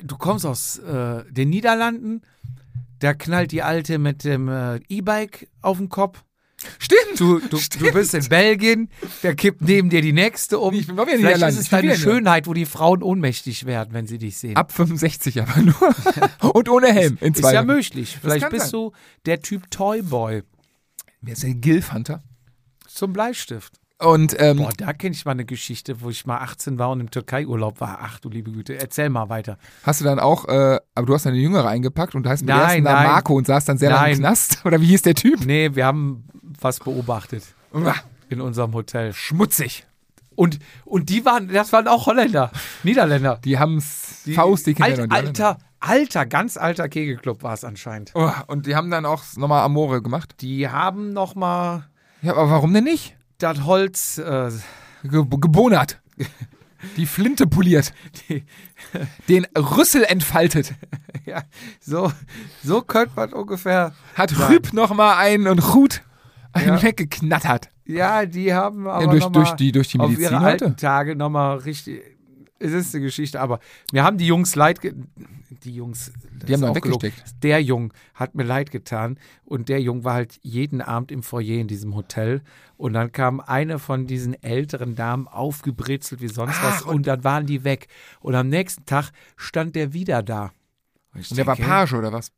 du kommst aus äh, den Niederlanden, da knallt die Alte mit dem äh, E-Bike auf den Kopf.
Stimmt!
Du, du, du bist in Belgien, da kippt neben dir die nächste um.
Ich bin mal wieder in
Vielleicht
Niederlanden.
ist es
Ich bin
deine
wieder in Niederlanden.
Schönheit, wo die Frauen ohnmächtig werden, wenn sie dich sehen.
Ab 65 aber nur. und ohne Helm. In
ist
zwei
ja
Wochen.
möglich. Vielleicht
kann
bist
sein.
du der Typ Toyboy
Wer ist der Gilf-Hunter?
zum Bleistift.
Und ähm,
Boah, da kenne ich mal eine Geschichte, wo ich mal 18 war und im Türkei-Urlaub war. Ach du liebe Güte, erzähl mal weiter.
Hast du dann auch, äh, aber du hast eine Jüngere eingepackt und heißt mit
Nein,
der ersten Namen
nein.
Marco und saß dann sehr lange im
Nein.
Knast? Oder wie hieß der Typ?
Nee, wir haben was beobachtet
Uah,
in unserem Hotel.
Schmutzig.
Und, und die waren, das waren auch Holländer, Niederländer.
Die haben's Faust, die Kinder
Alt, alter, alter, ganz alter Kegelclub war es anscheinend.
Oh, und die haben dann auch nochmal Amore gemacht.
Die haben noch mal
Ja, aber warum denn nicht?
das Holz, äh,
Ge gebonert. Die Flinte poliert.
Die-
Den Rüssel entfaltet.
ja, so, so könnte man ungefähr.
Hat Rüb nochmal einen und Ruth Einmal weggeknattert.
Ja, die haben aber
Ja, durch-
noch mal
durch die- durch die
auf
Medizin
ihre
heute.
alten Tage nochmal richtig. Es ist eine Geschichte, aber mir haben die Jungs leid ge die Jungs das
haben
ist
dann
auch gelogen.
weggesteckt.
Der Jung hat mir leid getan und der Jung war halt jeden Abend im Foyer in diesem Hotel und dann kam eine von diesen älteren Damen aufgebrezelt wie sonst was und, dann waren die weg und am nächsten Tag stand der wieder da. ich
Und der war
denke,
Page oder was?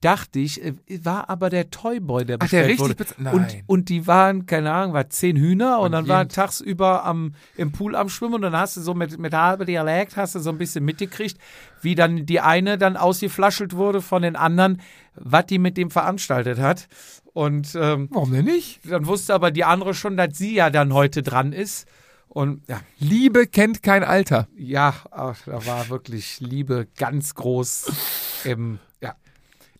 dachte ich, äh, war aber der Toyboy, der
Ach, der
bestellt
richtig
wurde.
bez- Nein.
Und, und die waren, keine Ahnung, war zehn Hühner und,
Und
dann
jeden-
waren tagsüber am, im Pool am Schwimmen und dann hast du so mit, mit halber Dialekt, hast du so ein bisschen mitgekriegt, wie dann die eine dann ausgeflaschelt wurde von den anderen, was die mit dem veranstaltet hat. Und ähm,
Warum denn nicht?
dann wusste aber die andere schon, dass sie ja dann heute dran ist. Und ja,
Liebe kennt kein Alter.
ja ach, da war wirklich Liebe ganz groß im, ja,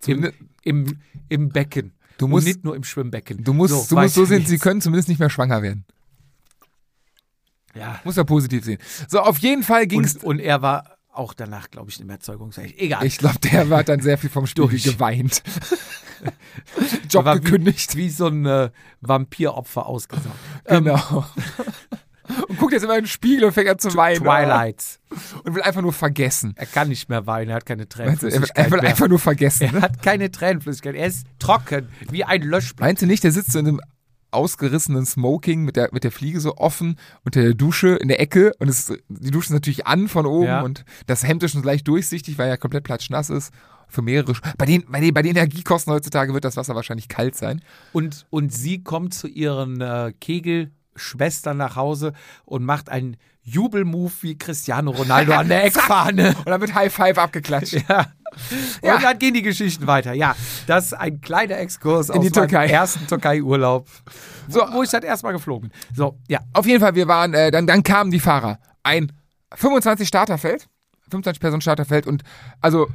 im,
Zumindest-
im, im Becken.
Du
Und
musst-
nicht nur im Schwimmbecken.
Du musst so, du musst so
weiter
sehen, sie
geht's.
können zumindest nicht mehr schwanger werden.
Ja.
Muss ja positiv sehen. So, auf jeden Fall ging's.
Und, und er war auch danach, glaube ich, im Erzeugungsrecht. Egal.
Ich glaube, der war dann sehr viel vom Spiegel
Durch.
geweint. Job
war wie-
gekündigt.
Wie so ein äh, Vampiropfer ausgesagt.
Genau. und guckt jetzt immer in den Spiegel und fängt an zu weinen.
Twilights.
Und will einfach nur vergessen.
Er kann nicht mehr weinen, er hat keine
Meinst du, er will,
Tränenflüssigkeit
er will
mehr.
einfach nur vergessen.
Er
Ne?
hat keine Tränenflüssigkeit. Er ist trocken, wie ein Löschblatt.
Meinst du nicht, der sitzt so in einem ausgerissenen Smoking mit der, mit der Fliege so offen unter der Dusche in der Ecke und es, die Dusche ist natürlich an von oben
Ja.
und das Hemd ist schon gleich durchsichtig, weil er komplett platschnass ist. Für mehrere, Sch- bei den, bei den, bei den Energiekosten heutzutage wird das Wasser wahrscheinlich kalt sein.
Und, und sie kommt zu ihren äh, Kegelschwestern nach Hause und macht einen Jubelmove wie Cristiano Ronaldo an der Eckfahne.
Und dann wird High Five abgeklatscht.
Ja.
Ja.
Und dann gehen die Geschichten weiter. Ja, das ist ein kleiner Exkurs aus
die Türkei.
meinem ersten Türkei-Urlaub,
So.
wo, wo ich dann erstmal geflogen bin. So, ja,
Auf jeden Fall, wir waren, äh, dann, dann kamen die Fahrer. Ein 25 Starterfeld, 25 Personen Starterfeld und also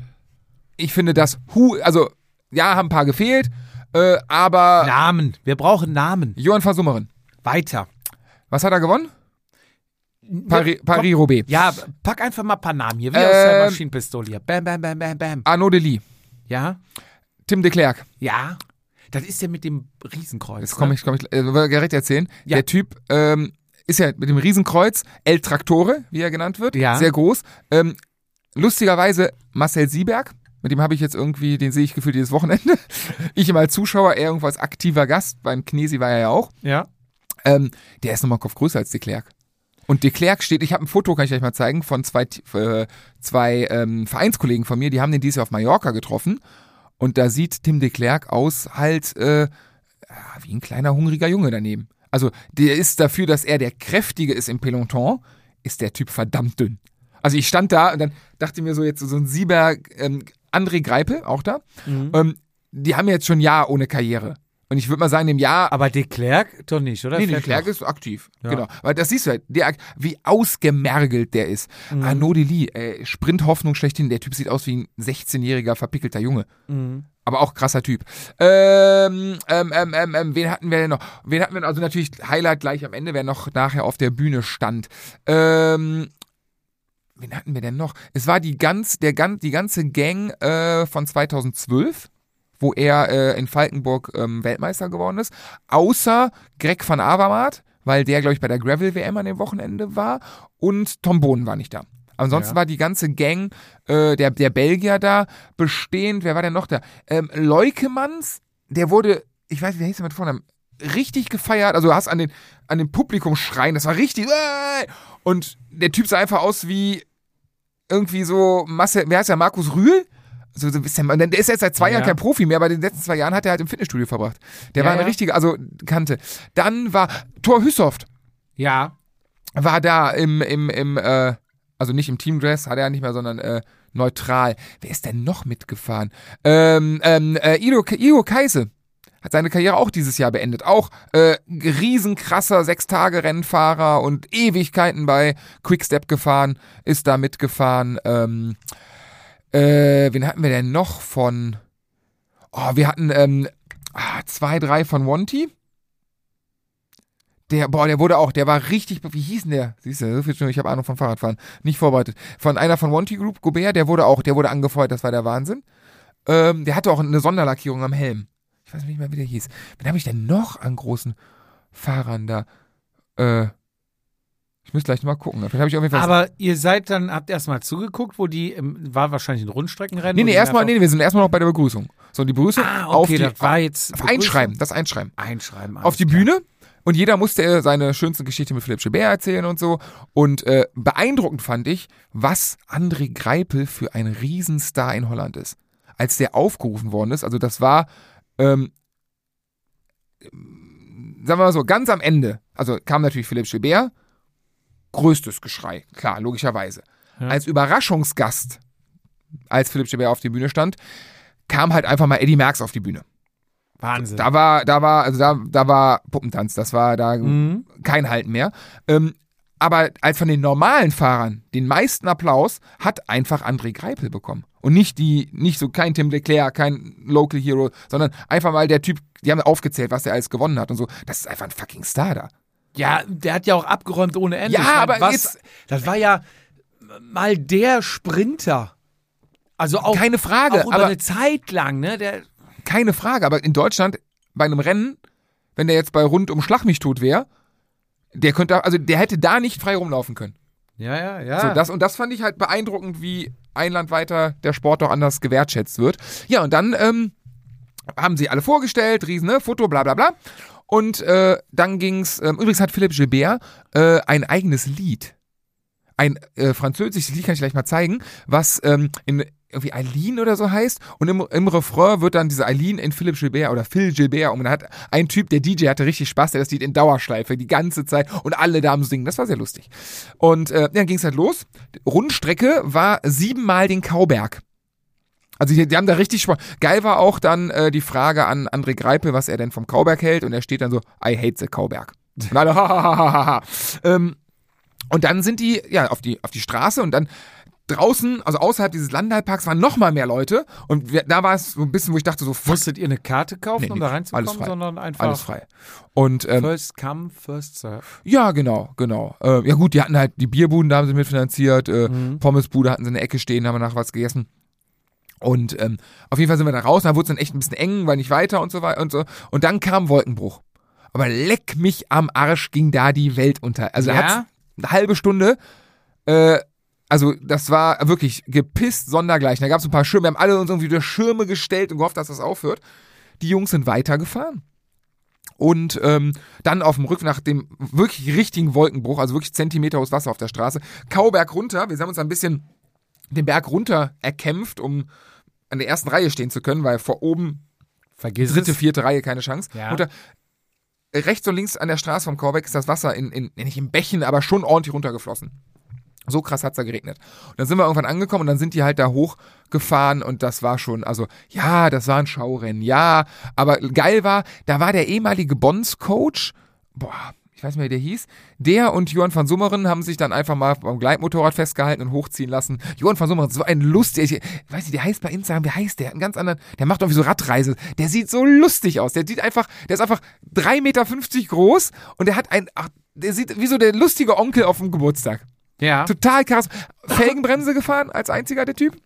ich finde das, hu, also ja, haben ein paar gefehlt, äh, aber
Namen. Wir brauchen Namen.
Johann Versummerin.
Weiter.
Was hat er gewonnen? Paris- Paris-Roubaix.
Ja, pack einfach mal ein paar Namen hier, wie aus
Ähm.
der Maschinenpistole hier. Bam, bam, bam, bam, bam.
Arnaud Delis,
Ja,
Tim de Klerk.
ja. Das ist ja mit dem Riesenkreuz. ne?
Jetzt komme ich, komme ich, äh, will ich direkt erzählen.
Ja.
Der Typ ähm, ist ja mit dem Riesenkreuz El Traktore, wie er genannt wird,
Ja.
sehr groß. Ähm, lustigerweise Marcel Sieberg, mit dem habe ich jetzt irgendwie, den sehe ich gefühlt jedes Wochenende. Ich immer als Zuschauer, er irgendwo als aktiver Gast, beim Knesi war er ja auch.
ne? Ja.
Ähm, der ist nochmal Kopf größer als de Klerk. Und de Klerk steht, ich habe ein Foto, kann ich euch mal zeigen, von zwei, T- äh, zwei ähm, Vereinskollegen von mir, die haben den dieses Jahr auf Mallorca getroffen. Und da sieht Tim de Klerk aus halt äh, ja, wie ein kleiner, hungriger Junge daneben. Also der ist dafür, dass er der Kräftige ist im Peloton, ist der Typ verdammt dünn. Also ich stand da und dann dachte mir so jetzt so ein Sieber, ähm, André Greipel, auch da, ähm, die haben jetzt schon ein Jahr ohne Karriere. Und ich würde mal sagen, im Jahr
Aber de Klerk doch nicht, oder?
Nee,
Fährt
der Klerk
noch.
ist aktiv.
Ja.
Genau. Weil das siehst du halt, der, wie ausgemergelt der ist.
Mhm.
Arnaud Dely, äh, Sprinthoffnung schlechthin. Der Typ sieht aus wie ein 16-jähriger verpickelter Junge. Aber auch krasser Typ. Ähm, ähm, ähm, ähm, ähm, wen hatten wir denn noch? Wen hatten wir denn? Also natürlich Highlight gleich am Ende, wer noch nachher auf der Bühne stand. Ähm, wen hatten wir denn noch? Es war die, ganz, der, gan- die ganze Gang äh, von 2012 wo er äh, in Falkenburg ähm, Weltmeister geworden ist, außer Greg van Avermaet, weil der, glaube ich, bei der Gravel-WM an dem Wochenende war und Tom Bohnen war nicht da. Ansonsten
Ja.
war die ganze Gang äh, der, der Belgier da, bestehend, wer war denn noch da? Ähm, Leukemanns, der wurde, ich weiß nicht, wer hieß der mit Vornamen, richtig gefeiert, also du hast an den, an den Publikum schreien, das war richtig, äh, und der Typ sah einfach aus wie irgendwie so, Marcel, wer heißt der, Markus Rühl? So, so ist der, Mann. der ist jetzt seit zwei
Ja.
Jahren kein Profi mehr, aber in den letzten zwei Jahren hat er halt im Fitnessstudio verbracht. Der
Ja,
war eine
ja.
richtige, also Kante. Dann war Thor Hüssoft
Ja.
war da im, im, im äh, also nicht im Teamdress, hat er ja nicht mehr, sondern äh, neutral. Wer ist denn noch mitgefahren? Ähm, ähm, äh, Ido, Ido Keise hat seine Karriere auch dieses Jahr beendet. Auch äh, riesenkrasser Sechs-Tage-Rennfahrer und Ewigkeiten bei Quickstep gefahren, ist da mitgefahren. Ähm, äh, wen hatten wir denn noch von? Oh, wir hatten ähm, ah, zwei, drei von Wanty. Der, boah, der wurde auch, der war richtig, wie hieß denn der? Siehst du, so viel schon, ich habe Ahnung von Fahrradfahren. Nicht vorbereitet. Von einer von Wanty Group, Gobert, der wurde auch, der wurde angefeuert, das war der Wahnsinn. Ähm, der hatte auch eine Sonderlackierung am Helm. Ich ich weiß nicht mal, wie der hieß. Wen habe ich denn noch an großen Fahrern da? Äh, ich muss gleich noch mal gucken. Vielleicht habe ich auf jeden Fall.
Aber ihr seid dann, habt erstmal zugeguckt, wo die, im, war wahrscheinlich ein Rundstreckenrennen.
nee,
wo
nee,
die
erstmal,
einfach-
nee, nee, wir sind erstmal noch bei der Begrüßung. So, und die Begrüßung
Ah, okay,
auf die,
das war jetzt.
auf Einschreiben, das Einschreiben.
Einschreiben.
auf die Bühne und jeder musste äh, seine schönste Geschichte mit Philipp Schibert erzählen und so. Und äh, beeindruckend fand ich, was André Greipel für ein Riesenstar in Holland ist. Als der aufgerufen worden ist, also das war, ähm, sagen wir mal so, ganz am Ende, also kam natürlich Philipp Schibert, größtes Geschrei, klar, logischerweise. Als Überraschungsgast, als Philipp Schibert auf die Bühne stand, kam halt einfach mal Eddie Merckx auf die Bühne.
Wahnsinn.
Da war, da war, also da, da war Puppentanz, das war da
Mhm.
kein Halten mehr. Ähm, aber als von den normalen Fahrern den meisten Applaus hat einfach André Greipel bekommen. Und nicht die, nicht so kein Tim Leclerc, kein Local Hero, sondern einfach mal der Typ, die haben aufgezählt, was der alles gewonnen hat und so. Das ist einfach ein fucking Star da.
Ja, der hat ja auch abgeräumt ohne Ende.
Ja,
Ich meine,
aber
was,
jetzt-
das war ja mal der Sprinter. Also auch,
Keine Frage,
auch über
aber
eine Zeit lang, ne? Der,
keine Frage. Aber in Deutschland bei einem Rennen, wenn der jetzt bei rund um Schlag mich tot wäre, der könnte, also der hätte da nicht frei rumlaufen können.
ja, ja, ja.
So, das, und das fand ich halt beeindruckend, wie ein Land weiter der Sport doch anders gewertschätzt wird. Ja, und dann ähm, haben sie alle vorgestellt, riesen ne, Foto, bla bla bla. Und äh, dann ging's, ähm, übrigens hat Philipp Gilbert äh, ein eigenes Lied. Ein äh, französisches Lied, kann ich gleich mal zeigen, was ähm, in irgendwie Aline oder so heißt. Und im, im Refrain wird dann diese Aline in Philipp Gilbert oder Phil Gilbert. Und dann hat ein Typ, der DJ hatte richtig Spaß, der das Lied in Dauerschleife die ganze Zeit und alle da am Singen. Das war sehr lustig. Und äh, dann ging es halt los. Rundstrecke war siebenmal den Kauberg. Also die, die haben da richtig Spaß. Geil war auch dann äh, die Frage an André Greipel, was er denn vom Kauberg hält. Und er steht dann so, I hate the Kauberg. Und alle, ha, ha, ha, ha, ha. Ähm, und dann sind die ja auf die, auf die Straße und dann draußen, also außerhalb dieses Landhalbparks, waren noch mal mehr Leute. Und wir, da war es so ein bisschen, wo ich dachte so, fuck,
Musstet ihr eine Karte kaufen,
Nee,
um
nee,
da
alles
reinzukommen,
frei.
sondern einfach
alles frei. Und ähm,
First come, first serve.
Ja, genau, genau. Äh, ja gut, die hatten halt die Bierbuden, da haben sie mitfinanziert, äh, Pommesbude hatten sie in der Ecke stehen, haben wir nach was gegessen. Und ähm, auf jeden Fall sind wir da raus, da wurde es dann echt ein bisschen eng, weil nicht weiter und so weiter und so. Und dann kam Wolkenbruch. Aber leck mich am Arsch ging da die Welt unter. Also
Ja?
hat's eine halbe Stunde, äh, also das war wirklich gepisst sondergleichen. Da gab es ein paar Schirme, wir haben alle uns irgendwie durch Schirme gestellt und gehofft, dass das aufhört. Die Jungs sind weitergefahren. Und ähm, dann auf dem Rück nach dem wirklich richtigen Wolkenbruch, also wirklich Zentimeter hohes Wasser auf der Straße, Kauberg runter. Wir haben uns ein bisschen den Berg runter erkämpft, um an der ersten Reihe stehen zu können, weil vor oben
Vergiss
dritte,
es.
vierte Reihe keine Chance.
Ja.
Runter. Rechts und links an der Straße vom Korbeck ist das Wasser in, in, nicht in Bächen, aber schon ordentlich runtergeflossen. So krass hat's da geregnet. Und dann sind wir irgendwann angekommen und dann sind die halt da hochgefahren und das war schon, also ja, das war ein Schaurennen, ja. Aber geil war, da war der ehemalige Bonds-Coach, boah, ich weiß nicht mehr, wie der hieß, der und Johann van Summeren haben sich dann einfach mal beim Gleitmotorrad festgehalten und hochziehen lassen. Johann van Summeren, so ein lustiger, ich weiß nicht, der heißt bei Instagram, wie heißt der? Hat Einen ganz anderen, der macht irgendwie so Radreise. Der sieht so lustig aus. Der sieht einfach, der ist einfach 3,50 Meter groß und der hat ein, ach, der sieht wie so der lustige Onkel auf dem Geburtstag.
Ja,
Total krass. Felgenbremse gefahren als einziger der Typ.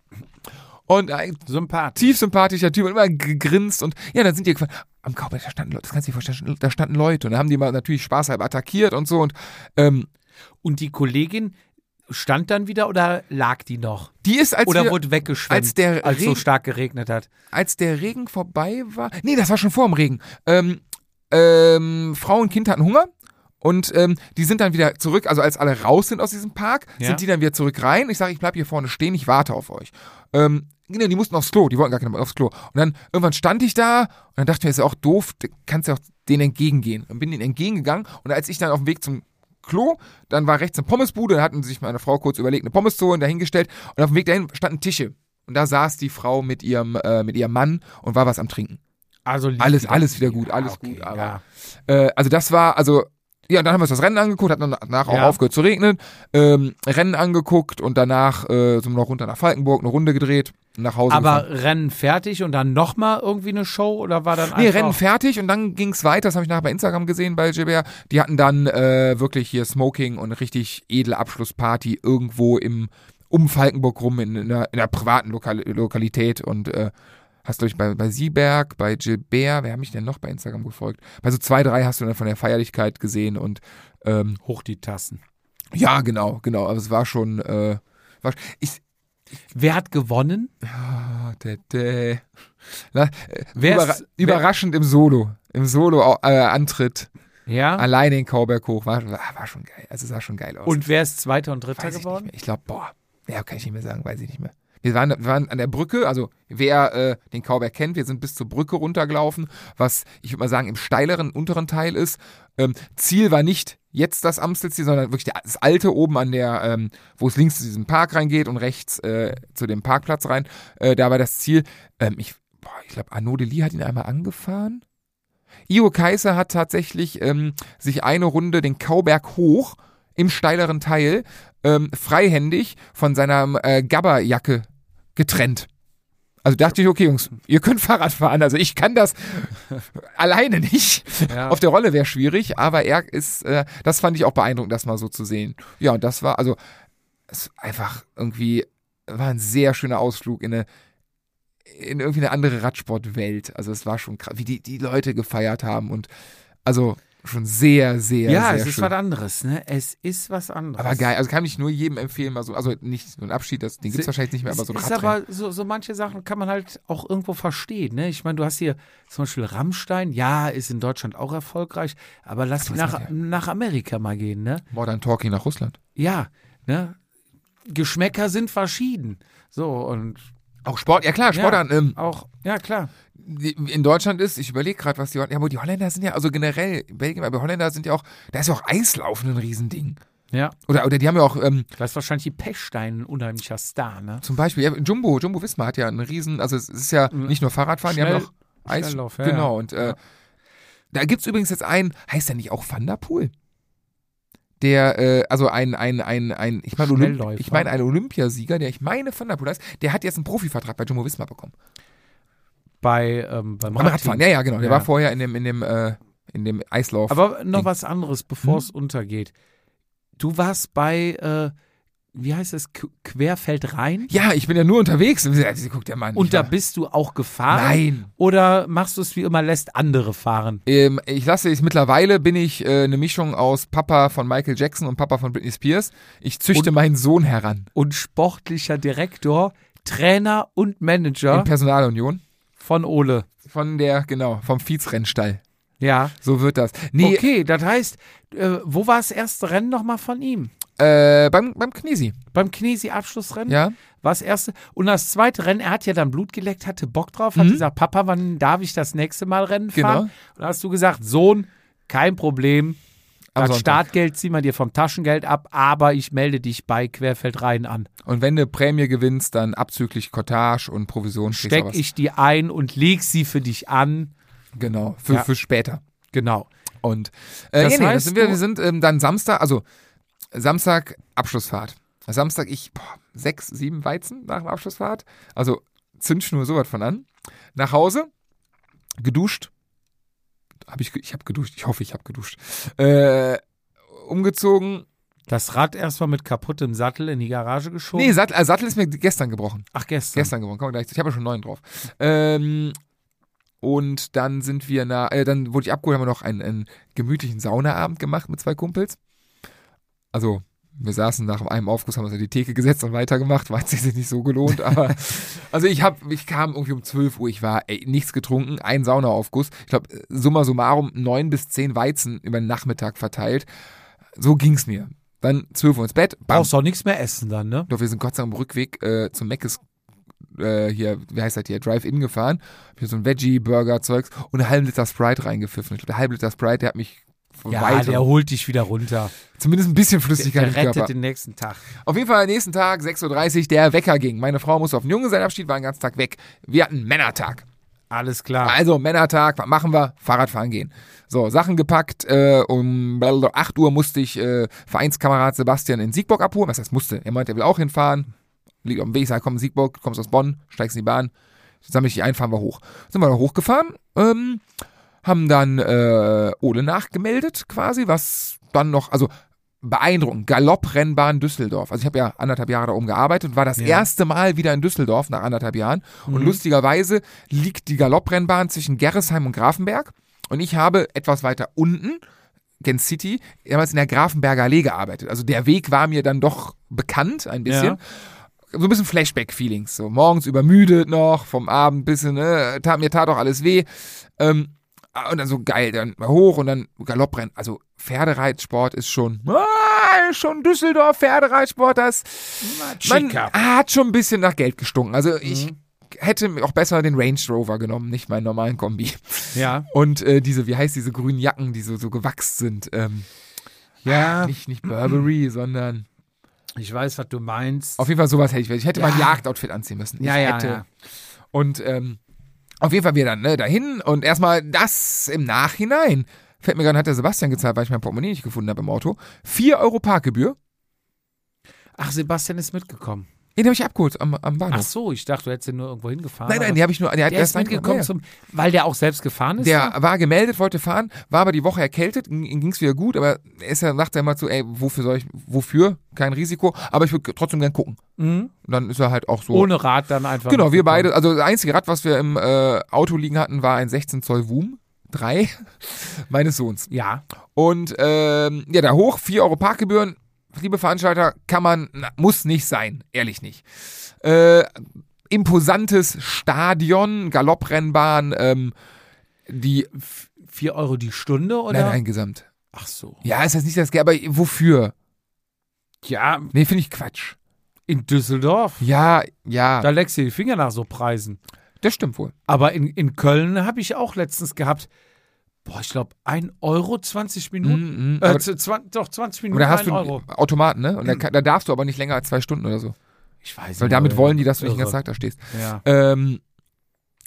Und ein
Sympath.
tief sympathischer Typ und immer gegrinst und ja, dann sind die gefahren. Am Cowboy, da standen Leute, das kannst du dir vorstellen, da standen Leute und da haben die mal natürlich spaßhalber attackiert und so und ähm,
Und die Kollegin stand dann wieder oder lag die noch?
die ist als,
Oder
wir,
wurde weggeschwemmt,
als der
als so
Regen-
stark geregnet hat?
als der Regen vorbei war, nee, das war schon vor dem Regen, ähm, ähm, Frau und Kind hatten Hunger und ähm, die sind dann wieder zurück, also als alle raus sind aus diesem Park,
Ja.
sind die dann wieder zurück rein. Ich sage, ich bleib hier vorne stehen, ich warte auf euch. Ähm, nee, die mussten aufs Klo, die wollten gar keine aufs Klo. Und dann irgendwann stand ich da und dann dachte ich mir, ist ja auch doof, du kannst ja auch denen entgegengehen. Und bin denen entgegengegangen und als ich dann auf dem Weg zum Klo, dann war rechts eine Pommesbude, da hatten sich meine Frau kurz überlegt, eine Pommes zu holen, dahingestellt und auf dem Weg dahin standen Tische. Und da saß die Frau mit ihrem, äh, mit ihrem Mann und war was am Trinken.
Also lief
Alles-
die
alles
dann-
wieder gut,
Ja,
alles
okay,
gut, aber-
ja.
Äh, also das war, also, ja, und dann haben wir uns das Rennen angeguckt, hat dann danach auch
Ja.
aufgehört zu regnen, ähm, Rennen angeguckt und danach äh, sind wir noch runter nach Falkenburg, eine Runde gedreht, nach Hause gefahren.
Aber Rennen fertig und dann nochmal irgendwie eine Show oder war dann
Nee,
einfach
Rennen fertig und dann ging's weiter, das habe ich nachher bei Instagram gesehen bei JBR. Die hatten dann äh, wirklich hier Smoking und eine richtig edle Abschlussparty irgendwo im um Falkenburg rum in einer, in einer privaten Lokal Lokalität und äh, Hast du euch bei, bei Sieberg, bei Gilbert, wer hat mich denn noch bei Instagram gefolgt? Bei so zwei, drei hast du dann von der Feierlichkeit gesehen und ähm,
Hoch die Tassen.
ja, genau, genau. Aber es war schon. Äh, war, ich,
Wer hat gewonnen?
ah, dä, dä. Na, äh,
Wer
überra
ist- wer-
überraschend im Solo. äh, Im Solo-Antritt.
Ja.
allein den Kauberg hoch. War, war, war schon geil. Also sah schon geil aus.
Und wer ist Zweiter und Dritter
weiß ich nicht
geworden?
mehr. Ich glaube, boah. Ja, kann ich nicht mehr sagen, weiß ich nicht mehr. Wir waren, wir waren an der Brücke, also wer äh, den Kauberg kennt, wir sind bis zur Brücke runtergelaufen, was ich würde mal sagen im steileren unteren Teil ist. Ähm, Ziel war nicht jetzt das Amstelziel, sondern wirklich der, das alte oben an der, ähm, wo es links zu diesem Park reingeht und rechts äh, zu dem Parkplatz rein. Äh, da war das Ziel. Ähm, ich boah, ich glaube, Arnaud Delis hat ihn einmal angefahren. Io Kaiser hat tatsächlich ähm, sich eine Runde den Kauberg hoch im steileren Teil ähm, freihändig von seiner äh, Gabberjacke getrennt. Also dachte ich, okay, Jungs, ihr könnt Fahrrad fahren. Also ich kann das alleine nicht.
Ja.
Auf der Rolle wäre schwierig, aber er ist, äh, das fand ich auch beeindruckend, das mal so zu sehen. Ja, und das war, also es war einfach irgendwie, war ein sehr schöner Ausflug in eine, in irgendwie eine andere Radsportwelt. Also es war schon krass, wie die, die Leute gefeiert haben und also schon sehr, sehr,
Ja,
sehr
es ist
schön.
was anderes, ne? Es ist was anderes.
Aber geil, also kann ich nur jedem empfehlen, mal so, also nicht so ein Abschied, das, den gibt es
Se-
wahrscheinlich nicht mehr, aber so ein
ist
Radrennen.
aber so, so manche Sachen kann man halt auch irgendwo verstehen. Ne? Ich meine, du hast hier zum Beispiel Rammstein, ja, ist in Deutschland auch erfolgreich, aber lass ihn
was
nach,
macht der?
nach Amerika mal gehen, ne?
Modern Talking nach Russland.
Ja, ne? Geschmäcker sind verschieden. So und
Auch Sport, ja klar, Sport
ja,
an. Ähm,
auch, ja klar.
die- in Deutschland ist, ich überlege gerade, was die Holländer, ja, aber die Holländer sind ja, also generell, Belgien, aber Holländer sind ja auch, da ist ja auch Eislaufen ein Riesending.
Ja.
Oder, oder die haben ja auch, ähm,
Das ist wahrscheinlich die Pechstein ein unheimlicher Star, ne?
zum Beispiel, ja, Jumbo, Jumbo Wismar hat ja einen Riesen, also es ist ja nicht nur Fahrradfahren, die
Schnell-
haben noch Eis.
Schnelllauf, ja,
genau,
ja.
und äh, da gibt es übrigens jetzt einen, heißt der nicht auch Van der Poel? Der, äh, also ein, ein, ein, ein, ich meine, Olymp
Schnellläufer.
ich mein, ein Olympiasieger, der ich meine Van der Poel heißt, der hat jetzt einen Profivertrag bei Jumbo Wismar bekommen.
Bei, ähm, beim
Beim Radfahren, ja, ja, genau. Der
Ja.
war vorher in dem, in dem, äh, in dem Eislauf.
Aber noch was anderes, bevor
Hm?
es untergeht. Du warst bei, äh, wie heißt es, Qu- Querfeld Rhein?
ja, ich bin ja nur unterwegs. Sie guckt der Mann. ich
Und da
war-
bist du auch gefahren?
Nein.
Oder machst du es wie immer, lässt andere fahren?
Ähm, ich lasse es mittlerweile bin ich äh, eine Mischung aus Papa von Michael Jackson und Papa von Britney Spears. Ich züchte meinen Sohn heran
Und sportlicher Direktor, Trainer und Manager
in Personalunion
von Ole.
von der genau vom Viehsrennstall.
Ja.
So wird das. Nee,
Okay, das heißt, äh, wo war das erste Rennen nochmal von ihm?
äh, beim beim Knesi,
Beim Knesi-Abschlussrennen
ja.
war das erste. Und das zweite Rennen, er hat ja dann Blut geleckt, hatte Bock drauf, hat gesagt, Papa, wann darf ich das nächste Mal Rennen fahren?
Mhm. Genau.
Und da hast du gesagt, Sohn, kein Problem,
Am
das
Sonntag.
Startgeld ziehen wir dir vom Taschengeld ab, aber ich melde dich bei Querfeld Rhein an.
Und wenn du Prämie gewinnst, dann abzüglich Cottage und Provision. kriegst du
Steck
was.
ich die ein und leg sie für dich an.
Genau für
Ja.
für später.
Genau.
Und äh,
Das
ja, nee, das
heißt,
sind wir,
du-
wir sind ähm, dann Samstag, also Samstag Abschlussfahrt. Samstag ich boah, sechs, sieben Weizen nach der Abschlussfahrt. Also Zündschnur sowas von an. Nach Hause, geduscht. Hab ich, ge- ich habe geduscht, ich hoffe, ich habe geduscht. Äh, umgezogen.
Das Rad erstmal mit kaputtem Sattel in die Garage geschoben.
Nee, Sattel, äh, Sattel ist mir gestern gebrochen.
Ach, gestern.
Gestern gebrochen, komm gleich. zu. Ich habe ja schon einen neuen drauf. Ähm, und dann sind wir nach, äh, dann wurde ich abgeholt, haben wir noch einen, einen gemütlichen Saunaabend gemacht mit zwei Kumpels. Also, wir saßen nach einem Aufguss, haben uns an die Theke gesetzt und weitergemacht. War jetzt sich nicht so gelohnt, aber also ich hab, ich kam irgendwie um 12 Uhr, ich war ey, nichts getrunken, ein Saunaaufguss. Ich glaube, summa summarum neun bis zehn Weizen über den Nachmittag verteilt. So ging's mir. Dann 12 Uhr ins Bett, bam,
Brauchst auch nichts mehr essen dann, ne?
doch, wir sind Gott sei Dank am Rückweg äh, zum Meckes, äh, hier, wie heißt das hier, Drive-In gefahren. Hab hier so ein Veggie-Burger-Zeugs und einen halben Liter Sprite reingepfiffen. Ich glaube, der halbe Liter Sprite, der hat mich von
Ja,
weitem-
der holt dich wieder runter.
zumindest ein bisschen
Der,
Flüssigkeit
der
im Körper.
rettet den nächsten Tag.
Auf jeden Fall am nächsten Tag, 6.30 Uhr, der Wecker ging. Meine Frau musste auf den Junggesellenabschied, war den ganzen Tag weg. Wir hatten Männertag.
Alles klar.
Also Männertag, was machen wir? Fahrradfahren gehen. So, Sachen gepackt, äh, um 8 Uhr musste ich äh, Vereinskamerad Sebastian in Siegburg abholen. Was heißt musste? Er meinte, er will auch hinfahren. Liegt auf dem Weg, ich sage, komm, Siegburg, du kommst aus Bonn, steigst in die Bahn, sammel ich dich ein, fahren wir hoch. Sind wir da hochgefahren, ähm, haben dann äh, Ole nachgemeldet quasi, was dann noch, also beeindruckend. Galopprennbahn Düsseldorf. Also ich habe ja anderthalb Jahre da oben gearbeitet und war das erste Mal wieder in Düsseldorf nach anderthalb Jahren. Und lustigerweise liegt die Galopprennbahn zwischen Gerresheim und Grafenberg. Und ich habe etwas weiter unten, Gent City, damals in der Grafenberger Allee gearbeitet. Also der Weg war mir dann doch bekannt ein bisschen
Ja.
so ein bisschen Flashback-Feelings. So morgens übermüdet noch, vom Abend bisschen, ne, tat, mir tat auch alles weh. Ähm, ah, und dann so geil, dann mal hoch und dann Galopprennen. Also Pferdereitsport ist schon, ah, schon Düsseldorf Pferdereitsport, das man
Chica. Mhm.
hat schon ein bisschen nach Geld gestunken. Also ich hätte mir auch besser den Range Rover genommen, nicht meinen normalen Kombi.
Ja.
Und äh, diese, wie heißt diese grünen Jacken, die so, so gewachst sind. Ähm,
Ja,
nicht, nicht Burberry, sondern
ich weiß, was du meinst.
auf jeden Fall sowas hätte ich. Ich hätte mein Jagdoutfit anziehen müssen.
ja,
ich
ja,
hätte,
ja.
Und ähm, auf jeden Fall wir dann ne, dahin und erstmal das im Nachhinein. Fällt mir gerade, hat der Sebastian gezahlt, weil ich mein Portemonnaie nicht gefunden habe im Auto. 4 Euro Parkgebühr.
Ach, Sebastian ist mitgekommen.
Den habe ich abgeholt am, am
Ach
Bahnhof.
so, ich dachte, du hättest ihn nur irgendwo hingefahren.
Genau. nein, nein,
aber
den habe ich nur. Der, hat
der ist
erst
mitgekommen,
reingekommen,
zum, weil der auch selbst gefahren ist.
ja. Der war gemeldet, wollte fahren, war aber die Woche erkältet, ihm ihm ging's wieder gut, aber er ist ja, sagt er immer zu, ey, wofür soll ich, wofür? Kein Risiko, aber ich würde trotzdem gern gucken.
Mhm.
Und dann ist er halt auch so.
Ohne Rad dann einfach.
Genau, wir
mitgekommen.
beide. Also das einzige Rad, was wir im äh, Auto liegen hatten, war ein 16 Zoll Woom 3 meines Sohns.
Ja.
Und ähm, ja, da hoch, 4 Euro Parkgebühren. Liebe Veranstalter, kann man, na, muss nicht sein, ehrlich nicht. Äh, imposantes Stadion, Galopprennbahn, ähm, die,
Vier Euro die Stunde oder?
nein, nein, gesamt.
Ach so.
Ja, ist das nicht das, aber wofür?
Ja,
Nee, finde ich Quatsch.
in Düsseldorf.
Ja, ja,
Da leckst du die Finger nach so Preisen.
das stimmt wohl.
Aber in, in Köln habe ich auch letztens gehabt, boah, ich glaube, 1 Euro 20 Minuten.
Mhm, mhm,
Äh,
aber-
zu 20, doch, 20
aber
Minuten,
da hast
1
du
Euro. Mhm.
Automaten, ne? Und da, kann- da darfst du aber nicht länger als zwei Stunden oder so.
Ich weiß
Weil
nicht,
damit
Alter.
wollen die, dass du nicht den
Irre.
ganzen Tag da stehst.
Ja.
Ähm,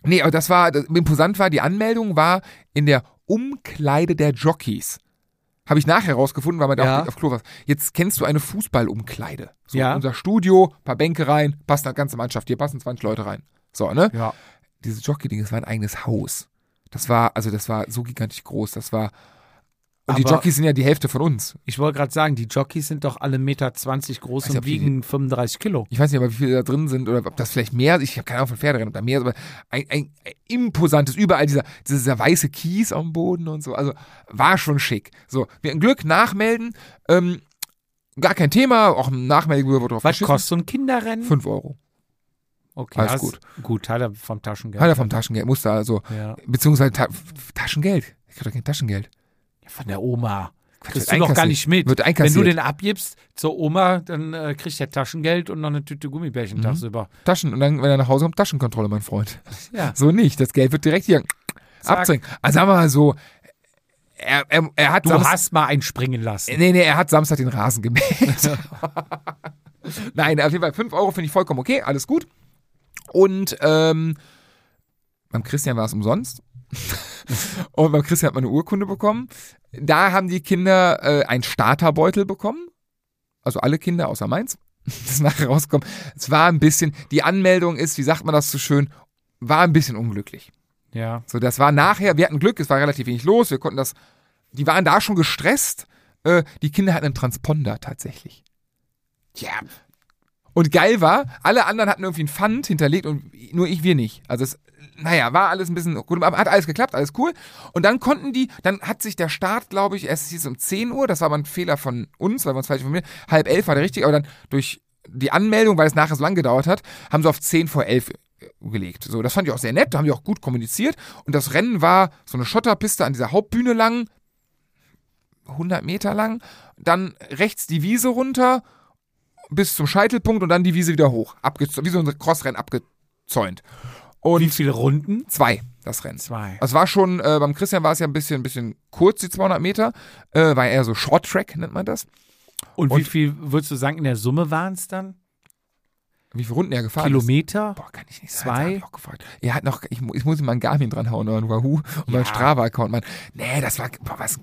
nee, aber das war, das, imposant war, die Anmeldung war in der Umkleide der Jockeys. Habe ich nachher rausgefunden, weil man da
Ja.
auch nicht auf Klo war. Jetzt kennst du eine Fußballumkleide. So,
Ja.
unser Studio, paar Bänke rein, passt eine ganze Mannschaft. Hier passen halt 20 Leute rein. So, ne?
ja.
Dieses Jockey-Ding, das war ein eigenes Haus. Das war, also das war so gigantisch groß. Das war, und die
Aber-
Jockeys sind ja die Hälfte von uns.
Ich wollte gerade sagen, die Jockeys sind doch alle 1,20 Meter groß
Weiß ja,
und
ob die-
wiegen 35 Kilo.
Ich weiß nicht, aber wie viele da drin sind oder ob das vielleicht mehr Ich habe keine Ahnung von Pferderennen, ob da mehr ist, aber ein, ein, ein imposantes, überall dieser, dieser weiße Kies am Boden und so. Also war schon schick. So, wir hatten Glück, nachmelden. Ähm, gar kein Thema, auch im Nachmeldegebühr wurde drauf
Was
geschissen.
kostet so ein Kinderrennen?
5 Euro.
okay,
alles
hast-
gut.
Gut, Teil er vom Taschengeld.
Hat er vom Taschengeld, musste also,
ja.
beziehungsweise Ta Taschengeld. Ich krieg doch kein Taschengeld.
Von der Oma. Kriegst du doch
wird
gar
einkassiert.
nicht mit.
Wird
Wenn du
einkassiert.
den abgibst zur Oma, dann äh, kriegt der Taschengeld und noch eine Tüte
Mhm.
Gummibärchen tagsüber.
Taschen, und dann, wenn er nach Hause kommt, Taschenkontrolle, mein Freund.
Ja.
So nicht. Das Geld wird direkt hier abzwingen. Also sagen wir mal so, er, er, er hat
Du
Samstag-
hast mal einen springen lassen.
Nee, nee, er hat Samstag den Rasen gemäht. Nein, auf jeden Fall 5 Euro finde ich vollkommen okay, alles gut. Und ähm, beim Christian war es umsonst. Und beim Christian hat man eine Urkunde bekommen. Da haben die Kinder äh, einen Starterbeutel bekommen. Also alle Kinder außer meins. Das ist nachher rausgekommen. Es war ein bisschen, die Anmeldung ist, wie sagt man das so schön, war ein bisschen unglücklich.
Ja.
So, das war nachher, wir hatten Glück, es war relativ wenig los, wir konnten das, die waren da schon gestresst, äh, die Kinder hatten einen Transponder tatsächlich. Ja. Und geil war, alle anderen hatten irgendwie einen Pfand hinterlegt und nur ich, wir nicht. Also es, naja, war alles ein bisschen gut, aber hat alles geklappt, alles cool. Und dann konnten die, dann hat sich der Start, glaube ich, erst hieß es um 10 Uhr, das war aber ein Fehler von uns, weil wir uns falsch informiert, halb elf war der richtig, aber dann durch die Anmeldung, weil es nachher so lange gedauert hat, haben sie auf 10 vor 11 gelegt. So, das fand ich auch sehr nett, da haben die auch gut kommuniziert. Und das Rennen war so eine Schotterpiste an dieser Hauptbühne lang, 100 Meter lang, dann rechts die Wiese runter bis zum Scheitelpunkt und dann die Wiese wieder hoch. Abgezäunt, wie so ein Crossrennen abgezäunt.
Wie
Und
viele Runden?
zwei, das Rennen.
Zwei.
Es war schon, äh, beim Christian war es ja ein bisschen, ein bisschen kurz, die 200 Meter. Äh, war eher so Short Track, nennt man das.
Und,
Und-
wie viel würdest du sagen, in der Summe waren es dann?
Wie viele Runden er gefahren ist.
Kilometer?
Boah, kann ich nicht
Zwei?
sagen. Zwei. Auch gefragt. Er hat noch, ich, mu- ich muss ihm mal einen Garmin dranhauen oder einen Wahoo und
Ja.
meinen Strava-Account. Mann. Nee, das war, boah, was,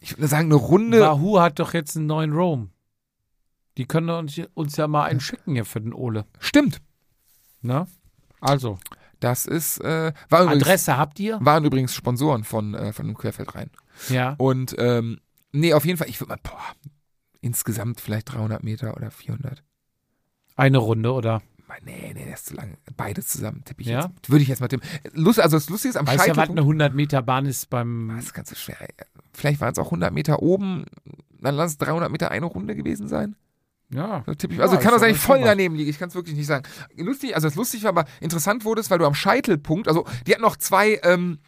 ich würde sagen, eine Runde.
Wahoo hat doch jetzt einen neuen Roam. Die können uns, uns ja mal einen schicken hier für den Ole.
Stimmt.
Ne? Also,
Das ist, äh, waren, übrigens,
Adresse habt ihr?
waren übrigens Sponsoren von, äh, von dem Querfeld rein.
Ja.
Und ähm, Nee, auf jeden Fall, ich würde mal, boah, insgesamt vielleicht 300 Meter oder 400.
Eine Runde, oder?
Mann, Nee, nee, das ist zu lang. Beides zusammen tippe ich
Ja?
jetzt. Würde ich jetzt mal tippen. Lust, also das Lustige ist am
Weißt du, ja, was
Scheitelpunkt.
eine 100-Meter-Bahn ist beim.
das ist ganz so schwer. ey. Vielleicht waren es auch 100 Meter oben. Dann lass es 300 Meter eine Runde gewesen sein.
Ja.
Da tippe ich, also
Ja,
kann
ist
das eigentlich
aber
voll
schon was.
daneben liegen. Ich kann es wirklich nicht sagen. Lustig, also das lustig war, aber interessant wurde es, weil du am Scheitelpunkt, also die hatten noch zwei, ähm,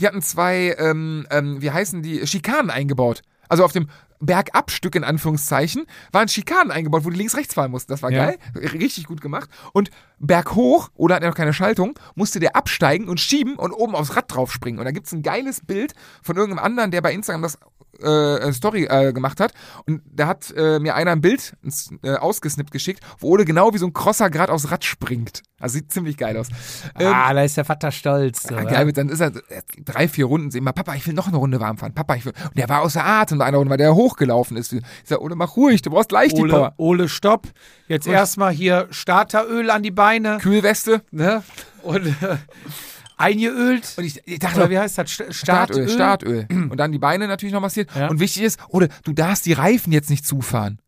die hatten zwei, ähm, ähm, wie heißen die, Schikanen eingebaut. Also auf dem Bergabstück in Anführungszeichen waren Schikanen eingebaut, wo die links rechts fahren mussten. Das war
Ja.
geil, richtig gut gemacht. Und berghoch, oder hatten ja noch keine Schaltung, musste der absteigen und schieben und oben aufs Rad draufspringen. Und da gibt's ein geiles Bild von irgendeinem anderen, der bei Instagram das äh, Story äh, gemacht hat. Und da hat äh, mir einer ein Bild ins- äh, ausgesnippt geschickt, wo Ole genau wie so ein Crosser gerade aufs Rad springt. Also sieht ziemlich geil aus. Ähm,
ah, da ist der Vater stolz. So,
Ah,
ja.
geil, dann ist er äh, drei, vier Runden sehen mal, Papa, ich will noch eine Runde warm fahren. Papa, ich will. Und der war außer Atem bei einer Runde, weil der hochgelaufen ist. Ich sag, Ole, mach ruhig, du brauchst leicht die
Ole,
Power.
Ole, stopp. Jetzt erstmal hier Starteröl an die Beine.
Kühlweste.
Ne? Und äh, eingeölt.
Und ich, ich dachte,
Oder wie heißt das? St- Startöl.
Startöl, Startöl. Und dann die Beine natürlich noch massiert.
Ja.
Und wichtig ist, oder du darfst die Reifen jetzt nicht zufahren.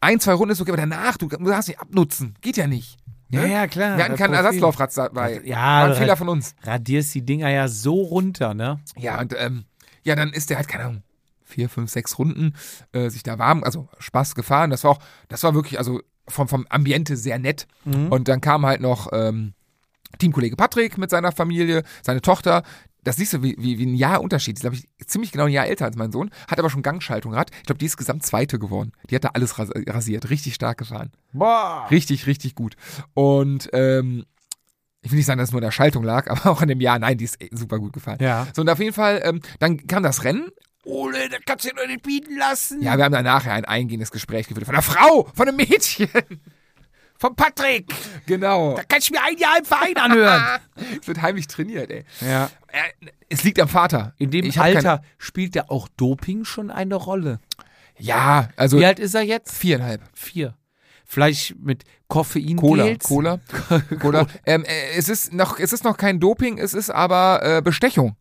Ein, zwei Runden ist okay, aber danach, du darfst nicht abnutzen. Geht ja nicht.
Ja,
Ne?
ja, klar.
Wir hatten keinen Ersatzlaufrad dabei.
Ja,
War ein
das-
Fehler von uns.
Radierst die Dinger ja so runter, ne?
Ja, und ähm, ja, dann ist der halt, keine Ahnung, vier, fünf, sechs Runden äh, sich da warm, also Spaß gefahren. Das war auch, das war wirklich, also vom, vom Ambiente sehr nett.
Mhm.
Und dann kam halt noch ähm, Teamkollege Patrick mit seiner Familie, seine Tochter. Das siehst du, wie, wie, wie ein Jahr Unterschied. Die ist, glaube ich, ziemlich genau ein Jahr älter als mein Sohn, hat aber schon Gangschaltung gehabt. Ich glaube, die ist gesamt Zweite geworden. Die hat da alles ras- rasiert, richtig stark gefahren.
Boah.
Richtig, richtig gut. Und ähm, ich will nicht sagen, dass es nur an der Schaltung lag, aber auch an dem Jahr. Nein, die ist eh super gut gefallen.
Ja.
So, und auf jeden Fall, ähm, dann kam das Rennen.
Ole, das kannst du dir doch nicht bieten lassen.
Ja, wir haben danach ja ein eingehendes Gespräch geführt. Von einer Frau, von einem Mädchen.
Vom Patrick.
Genau.
Da kann ich mir ein Jahr im Verein anhören.
Es wird heimlich trainiert, ey.
ja.
Äh, Es liegt am Vater.
In dem
Ich hab
Alter
kein-
spielt ja auch Doping schon eine Rolle.
ja, also
Wie alt ist er jetzt?
viereinhalb.
Vier. Vielleicht mit Koffein
Cola,
Gels?
Cola, Cola. Ähm, äh, es, ist noch, es ist noch kein Doping, es ist aber äh, Bestechung.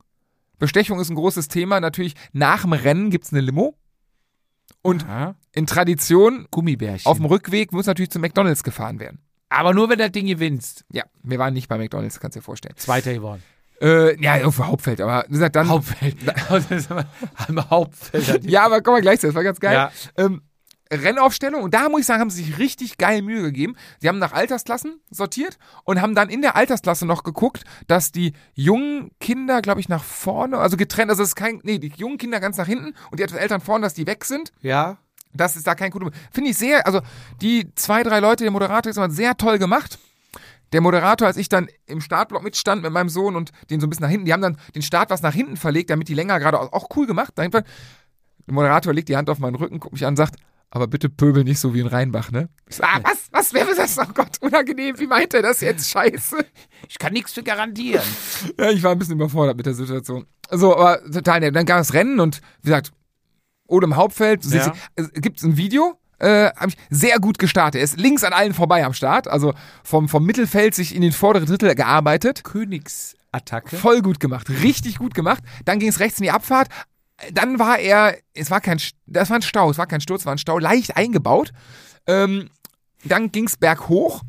Bestechung ist ein großes Thema. Natürlich, nach dem Rennen gibt's eine Limo. Und
Ja.
in Tradition,
Gummibärchen.
auf dem Rückweg muss natürlich zu McDonalds gefahren werden.
Aber nur wenn das Ding gewinnst.
Ja, wir waren nicht bei McDonalds, kannst du dir vorstellen.
Zweiter geworden.
Äh, ja, auf dem Hauptfeld, aber wie gesagt, dann.
Hauptfeld. Das ist immer Am Hauptfeld.
ja, aber kommen wir gleich zu, das war ganz geil.
Ja.
Ähm, Rennaufstellung und da muss ich sagen, haben sie sich richtig geil Mühe gegeben. Sie haben nach Altersklassen sortiert und haben dann in der Altersklasse noch geguckt, dass die jungen Kinder, glaube ich, nach vorne, also getrennt, also es ist kein, nee, die jungen Kinder ganz nach hinten und die etwas Eltern vorne, dass die weg sind.
Ja.
Das ist da kein Kutum. Finde ich sehr, also die zwei, drei Leute, der Moderator ist immer sehr toll gemacht. Der Moderator, als ich dann im Startblock mitstand mit meinem Sohn und den so ein bisschen nach hinten, die haben dann den Start was nach hinten verlegt, damit die länger gerade auch, auch cool gemacht. Dahinter, der Moderator legt die Hand auf meinen Rücken, guckt mich an und sagt, aber bitte pöbel nicht so wie in Rheinbach, ne? Ich sag, ah, was? Was wäre das? Oh Gott, unangenehm. Wie meint er das jetzt? Scheiße.
Ich kann nichts für garantieren.
Ja, ich war ein bisschen überfordert mit der Situation. So, aber total nett. Dann gab es Rennen und wie gesagt, Ole im Hauptfeld
Ja.
gibt es ein Video. Äh, hab ich sehr gut gestartet. Er ist links an allen vorbei am Start. Also vom, vom Mittelfeld sich in den vorderen Drittel gearbeitet.
Königsattacke.
Voll gut gemacht. Richtig gut gemacht. Dann ging es rechts in die Abfahrt. Dann war er, es war kein, St- das war ein Stau, es war kein Sturz, war ein Stau, leicht eingebaut. Ähm, dann ging es berghoch.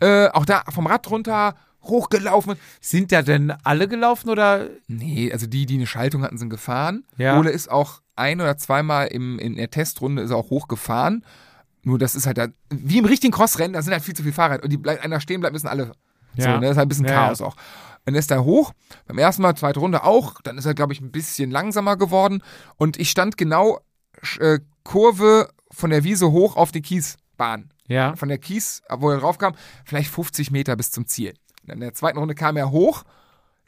Äh, auch da vom Rad runter, hochgelaufen.
Sind da denn alle gelaufen oder?
Nee, also die, die eine Schaltung hatten, sind gefahren.
Ja.
Ole ist auch ein oder zweimal im, in der Testrunde ist er auch hochgefahren. Nur das ist halt da, wie im richtigen Crossrennen, da sind halt viel zu viel Fahrrad. Und die bleibt, einer stehen bleibt, müssen alle. So,
Ja.
ne? Das ist halt ein bisschen
Ja,
Chaos auch. Dann ist er hoch, beim ersten Mal, zweite Runde auch, dann ist er, glaube ich, ein bisschen langsamer geworden. Und ich stand genau sch- äh, Kurve von der Wiese hoch auf die Kiesbahn
Ja.
von der Kies, wo er draufkam, vielleicht 50 Meter bis zum Ziel. Und in der zweiten Runde kam er hoch.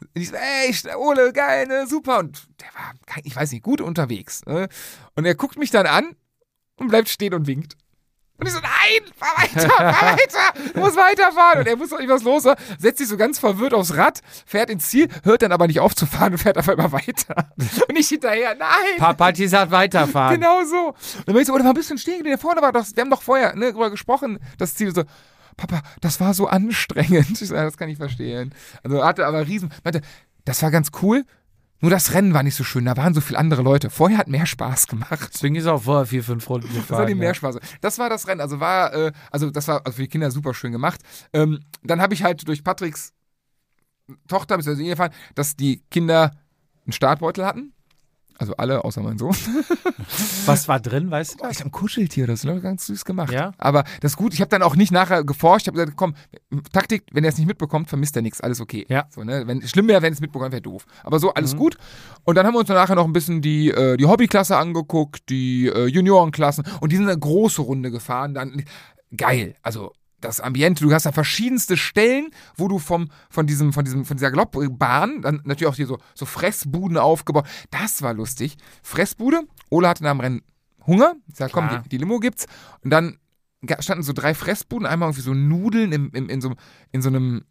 Und ich so, ey, Sch- Ole, geil, ne, super. Und der war, kein- ich weiß nicht, gut unterwegs. Ne? Und er guckt mich dann an und bleibt stehen und winkt. Und ich so, nein, fahr weiter, fahr weiter, du musst weiterfahren. Und er muss doch nicht was los. sein. Setzt sich so ganz verwirrt aufs Rad, fährt ins Ziel, hört dann aber nicht auf zu fahren und fährt einfach immer weiter. Und ich hinterher, nein.
Papa hat gesagt, weiterfahren.
Genau so. Und dann bin ich so, oder war ein bisschen stehen geblieben. Da vorne war doch, wir haben doch vorher ne, drüber gesprochen, das Ziel so. Papa, das war so anstrengend. Ich so, ja, das kann ich verstehen. Also hatte aber riesen, meinte, das war ganz cool. Nur das Rennen war nicht so schön, da waren so viele andere Leute. Vorher hat mehr Spaß gemacht.
Deswegen ist er auch vorher vier, fünf Runden
Das hat ihm
gefahren.
mehr
Ja.
Spaß. Das war das Rennen. Also war, äh, also das war also für die Kinder super schön gemacht. Ähm, dann habe ich halt durch Patricks Tochter bzw. ihn erfahren, dass die Kinder einen Startbeutel hatten. Also alle, außer mein Sohn.
Was war drin, weißt du?
Boah, ich habe ein Kuscheltier, das ist ne, ganz süß gemacht.
Ja.
Aber das ist gut, ich habe dann auch nicht nachher geforscht, ich habe gesagt, komm, Taktik, wenn er es nicht mitbekommt, vermisst er nichts, alles okay.
Ja. Mhm.
So, ne? wenn, schlimm wäre, wenn es mitbekommt, wäre doof. Aber so, alles gut. Und dann haben wir uns nachher noch ein bisschen die, äh, die Hobbyklasse angeguckt, die äh, Juniorenklassen und die sind eine große Runde gefahren. Dann, geil, also... Das Ambiente, du hast da verschiedenste Stellen, wo du vom, von diesem, von diesem, von dieser Galoppbahn, dann natürlich auch hier so, so Fressbuden aufgebaut. Das war lustig. Fressbude, Ola hatte nach dem Rennen Hunger. Ich sag, komm,
Klar.
die, die Limo gibt's. Und dann ga- standen so drei Fressbuden, einmal irgendwie so Nudeln im, im, in, so, in so einem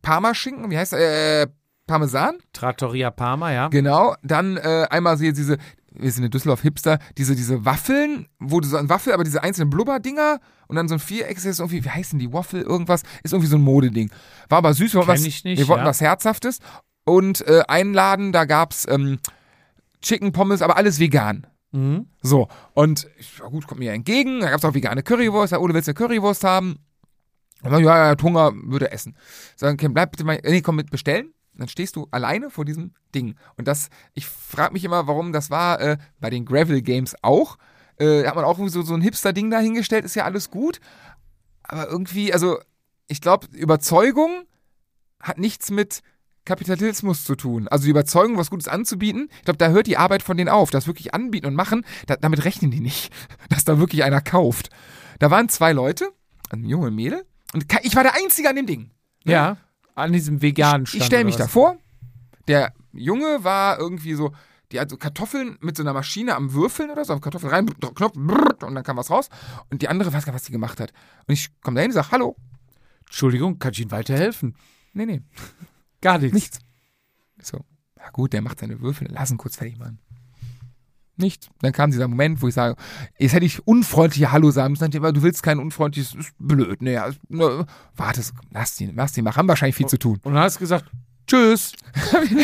Parmaschinken, wie heißt das? Äh, Parmesan?
Trattoria Parma, ja.
Genau. Dann äh, einmal so hier diese, wir sind in Düsseldorf Hipster, diese, diese Waffeln, wo du so ein Waffel, aber diese einzelnen Blubberdinger und dann so ein Viereck ist irgendwie, wie heißen die Waffel, irgendwas, ist irgendwie so ein Modeding. War aber süß, wir wollten
Kenn
was,
ich nicht,
wir wollten
ja.
was Herzhaftes. Und äh, einen Laden, da gab's ähm, Chicken Pommes, aber alles vegan.
Mhm.
So, und ich, ja gut, kommt mir entgegen. Da gab es auch vegane Currywurst. Ja, Ole, willst du eine Currywurst haben? Und dann, ja, er hat Hunger, würde essen. Sagen, Kim, bleib bitte mal, nee, komm mit bestellen. Dann stehst du alleine vor diesem Ding. Und das, ich frage mich immer, warum das war, äh, bei den Gravel Games auch. Äh, da hat man auch irgendwie so, so ein Hipster-Ding dahingestellt, ist ja alles gut. Aber irgendwie, also, ich glaube, Überzeugung hat nichts mit Kapitalismus zu tun. Also die Überzeugung, was Gutes anzubieten, ich glaube, da hört die Arbeit von denen auf. Das wirklich anbieten und machen, da, damit rechnen die nicht, dass da wirklich einer kauft. Da waren zwei Leute, ein Junge und ein Mädel, und ke- ich war der Einzige an dem Ding.
Ja. An diesem veganen Stand.
Ich stelle
oder
mich
was?
da vor, der Junge war irgendwie so, die hat so Kartoffeln mit so einer Maschine am Würfeln oder so, am Kartoffeln rein, drück, Knopf, brrrt, und dann kam was raus. Und die andere weiß gar nicht, was die gemacht hat. Und ich komme dahin und sage, hallo.
Entschuldigung, kann ich Ihnen weiterhelfen?
Nee, nee,
Gar nichts.
nichts. Ich So, na gut, der macht seine Würfel, lass ihn kurz fertig machen. Nichts. Dann kam dieser Moment, wo ich sage, jetzt hätte ich unfreundlich Hallo sagen müssen, aber du willst kein unfreundliches, ist blöd, ne, ja, ist- ne, warte, lass ihn, lass ihn machen, haben wahrscheinlich
Oh.
viel zu tun.
Und dann hast du gesagt,
Tschüss.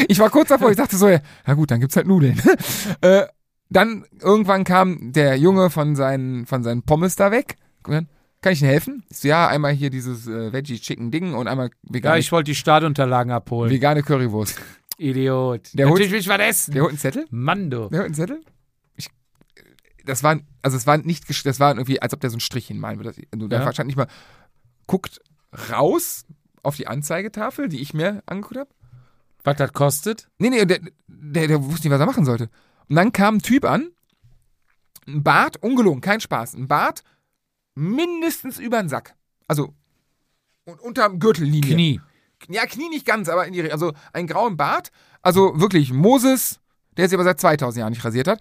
ich war kurz davor, ich dachte so, ja, na gut, dann gibt's halt Nudeln. äh, dann irgendwann kam der Junge von seinen, von seinen Pommes da weg. Und dann, Kann ich Ihnen helfen? Ich so, ja, einmal hier dieses äh, Veggie-Chicken-Ding und einmal
ja,
vegane,
ich wollte die Startunterlagen abholen.
vegane Currywurst.
Idiot.
Der
Natürlich will ich was essen.
Der holt einen Zettel?
Mando.
Der holt einen Zettel? Ich, äh, das war, also es war nicht, gesch- das war irgendwie, als ob der so einen Strich hinmalen würde. Also Der
Ja.
stand nicht mal, guckt raus auf die Anzeigetafel, die ich mir angeguckt habe.
Was das kostet?
Nee, nee, der, der, der wusste nicht, was er machen sollte. Und dann kam ein Typ an, ein Bart, ungelogen, kein Spaß, ein Bart mindestens über den Sack. Also und unterm Gürtellinie.
Knie.
Ja, Knie nicht ganz, aber in die Re- Also einen grauen Bart. Also wirklich Moses, der sich aber seit 2000 Jahren nicht rasiert hat.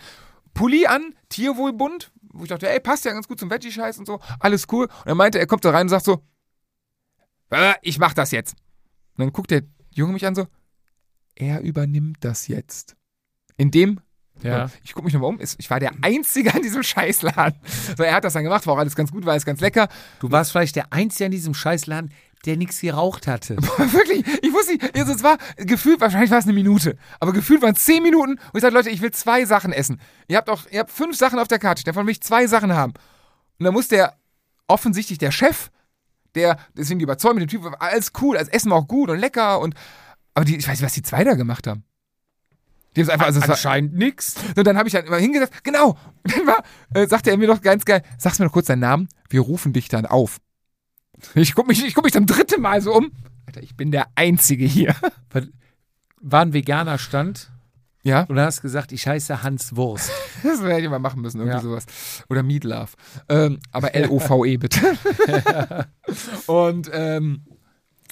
Pulli an, Tierwohlbund, wo ich dachte, ey, passt ja ganz gut zum Veggie-Scheiß und so, alles cool. Und er meinte, er kommt da rein und sagt so, äh, ich mach das jetzt. Und dann guckt der Junge mich an so, er übernimmt das jetzt. In dem
Ja.
ich gucke mich nochmal um. Es- Ich war der Einzige an diesem Scheißladen. So, er hat das dann gemacht, war auch alles ganz gut, war alles ganz lecker.
Du warst vielleicht der Einzige in diesem Scheißladen, der nichts geraucht hatte.
Wirklich, ich wusste nicht, also es war gefühlt, wahrscheinlich war es eine Minute, aber gefühlt waren es zehn Minuten und ich sagte, Leute, ich will zwei Sachen essen. Ihr habt auch, ihr habt fünf Sachen auf der Karte, davon will ich zwei Sachen haben. Und dann muss der, offensichtlich der Chef, der, deswegen die Überzeugung mit dem Typ, alles cool, alles Essen war auch gut und lecker und, aber die, ich weiß nicht, was die zwei da gemacht haben. Die haben es einfach, also es war,
Anscheinend nichts.
und dann habe ich dann immer hingesagt, genau. Und dann war, äh, sagte er mir doch ganz geil, sagst mir doch kurz deinen Namen, wir rufen dich dann auf. Ich gucke mich, ich guck mich zum dritten Mal so um. Alter, ich bin der Einzige hier.
War ein veganer Stand
Ja,
und du hast gesagt, ich heiße Hans Wurst.
das werde ich mal machen müssen, irgendwie
Ja.
sowas. Oder Meat Love. Ähm, aber L-O-V-E bitte. und ähm,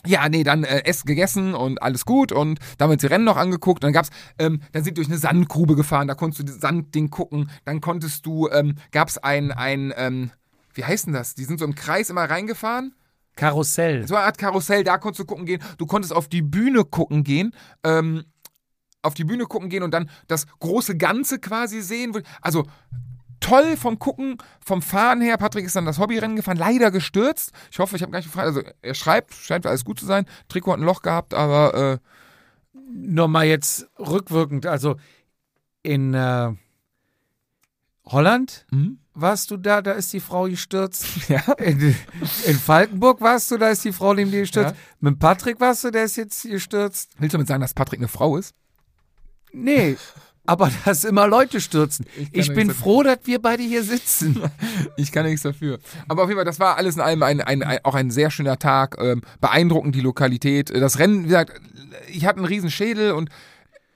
ja, nee, dann äh, Essen gegessen und alles gut und dann haben wir uns die Rennen noch angeguckt. Und dann gab's, ähm, dann sind wir durch eine Sandgrube gefahren, da konntest du das Sandding gucken. Dann konntest du, ähm, gab's ein, ein, ähm, wie heißt denn das? Die sind so im Kreis immer reingefahren.
Karussell.
So eine Art Karussell, da konntest du gucken gehen. Du konntest auf die Bühne gucken gehen. Ähm, auf die Bühne gucken gehen und dann das große Ganze quasi sehen. Also toll vom Gucken, vom Fahren her. Patrick ist dann das Hobbyrennen gefahren, leider gestürzt. Ich hoffe, ich habe gar nicht gefragt. Also er schreibt, scheint alles gut zu sein. Trikot hat ein Loch gehabt, aber äh,
nochmal jetzt rückwirkend, also in äh, Holland
Mhm.
warst du da, da ist die Frau gestürzt.
Ja.
In, in Falkenburg warst du, da ist die Frau neben dir gestürzt.
Ja.
Mit dem Patrick warst du, der ist jetzt gestürzt.
Willst du damit sagen, dass Patrick eine Frau ist?
Nee, aber dass immer Leute stürzen.
Ich
Ich,
kann
bin
nichts
froh, dass wir beide hier sitzen.
Ich kann nichts dafür. Aber auf jeden Fall, das war alles in allem ein, ein, ein, auch ein sehr schöner Tag. Ähm, beeindruckend die Lokalität. Äh, Das Rennen, wie gesagt, ich hatte einen riesen Schädel und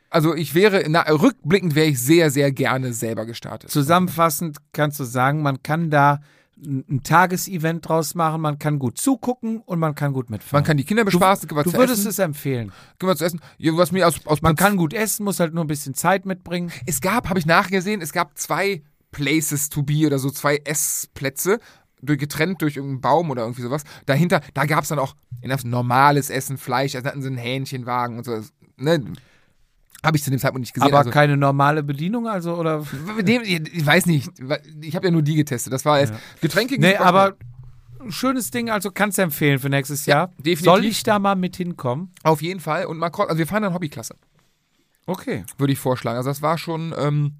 also ich wäre, na, rückblickend wäre ich sehr, sehr gerne selber gestartet.
Zusammenfassend kannst du sagen, man kann da ein ein Tagesevent draus machen, man kann gut zugucken und man kann gut mitfahren.
Man kann die Kinder bespaßen, gehen wir
du
zu
würdest
essen.
es empfehlen.
Gehen wir zu essen. Ja, Was mir aus, aus
Man
Prinz-
kann gut essen, muss halt nur ein bisschen Zeit mitbringen.
Es gab, habe ich nachgesehen, es gab zwei Places to be oder so zwei Essplätze, durch- getrennt durch irgendeinen Baum oder irgendwie sowas. Dahinter, da gab es dann auch in Anführungszeichen normales Essen, Fleisch, also hatten sie einen Hähnchenwagen und so. Das, Ne? Habe ich zu dem Zeitpunkt nicht gesehen.
Aber
also,
keine normale Bedienung, also oder.
mit dem, ich weiß nicht, ich habe ja nur die getestet. Das war jetzt Getränke.
Nee,
gibt's-
aber schönes Ding, also kannst du empfehlen für nächstes
Ja,
Jahr.
definitiv.
Soll ich da mal mit hinkommen?
auf jeden Fall und mal kurz- also wir fahren dann Hobbyklasse,
Okay.
würde ich vorschlagen. Also das war schon ähm,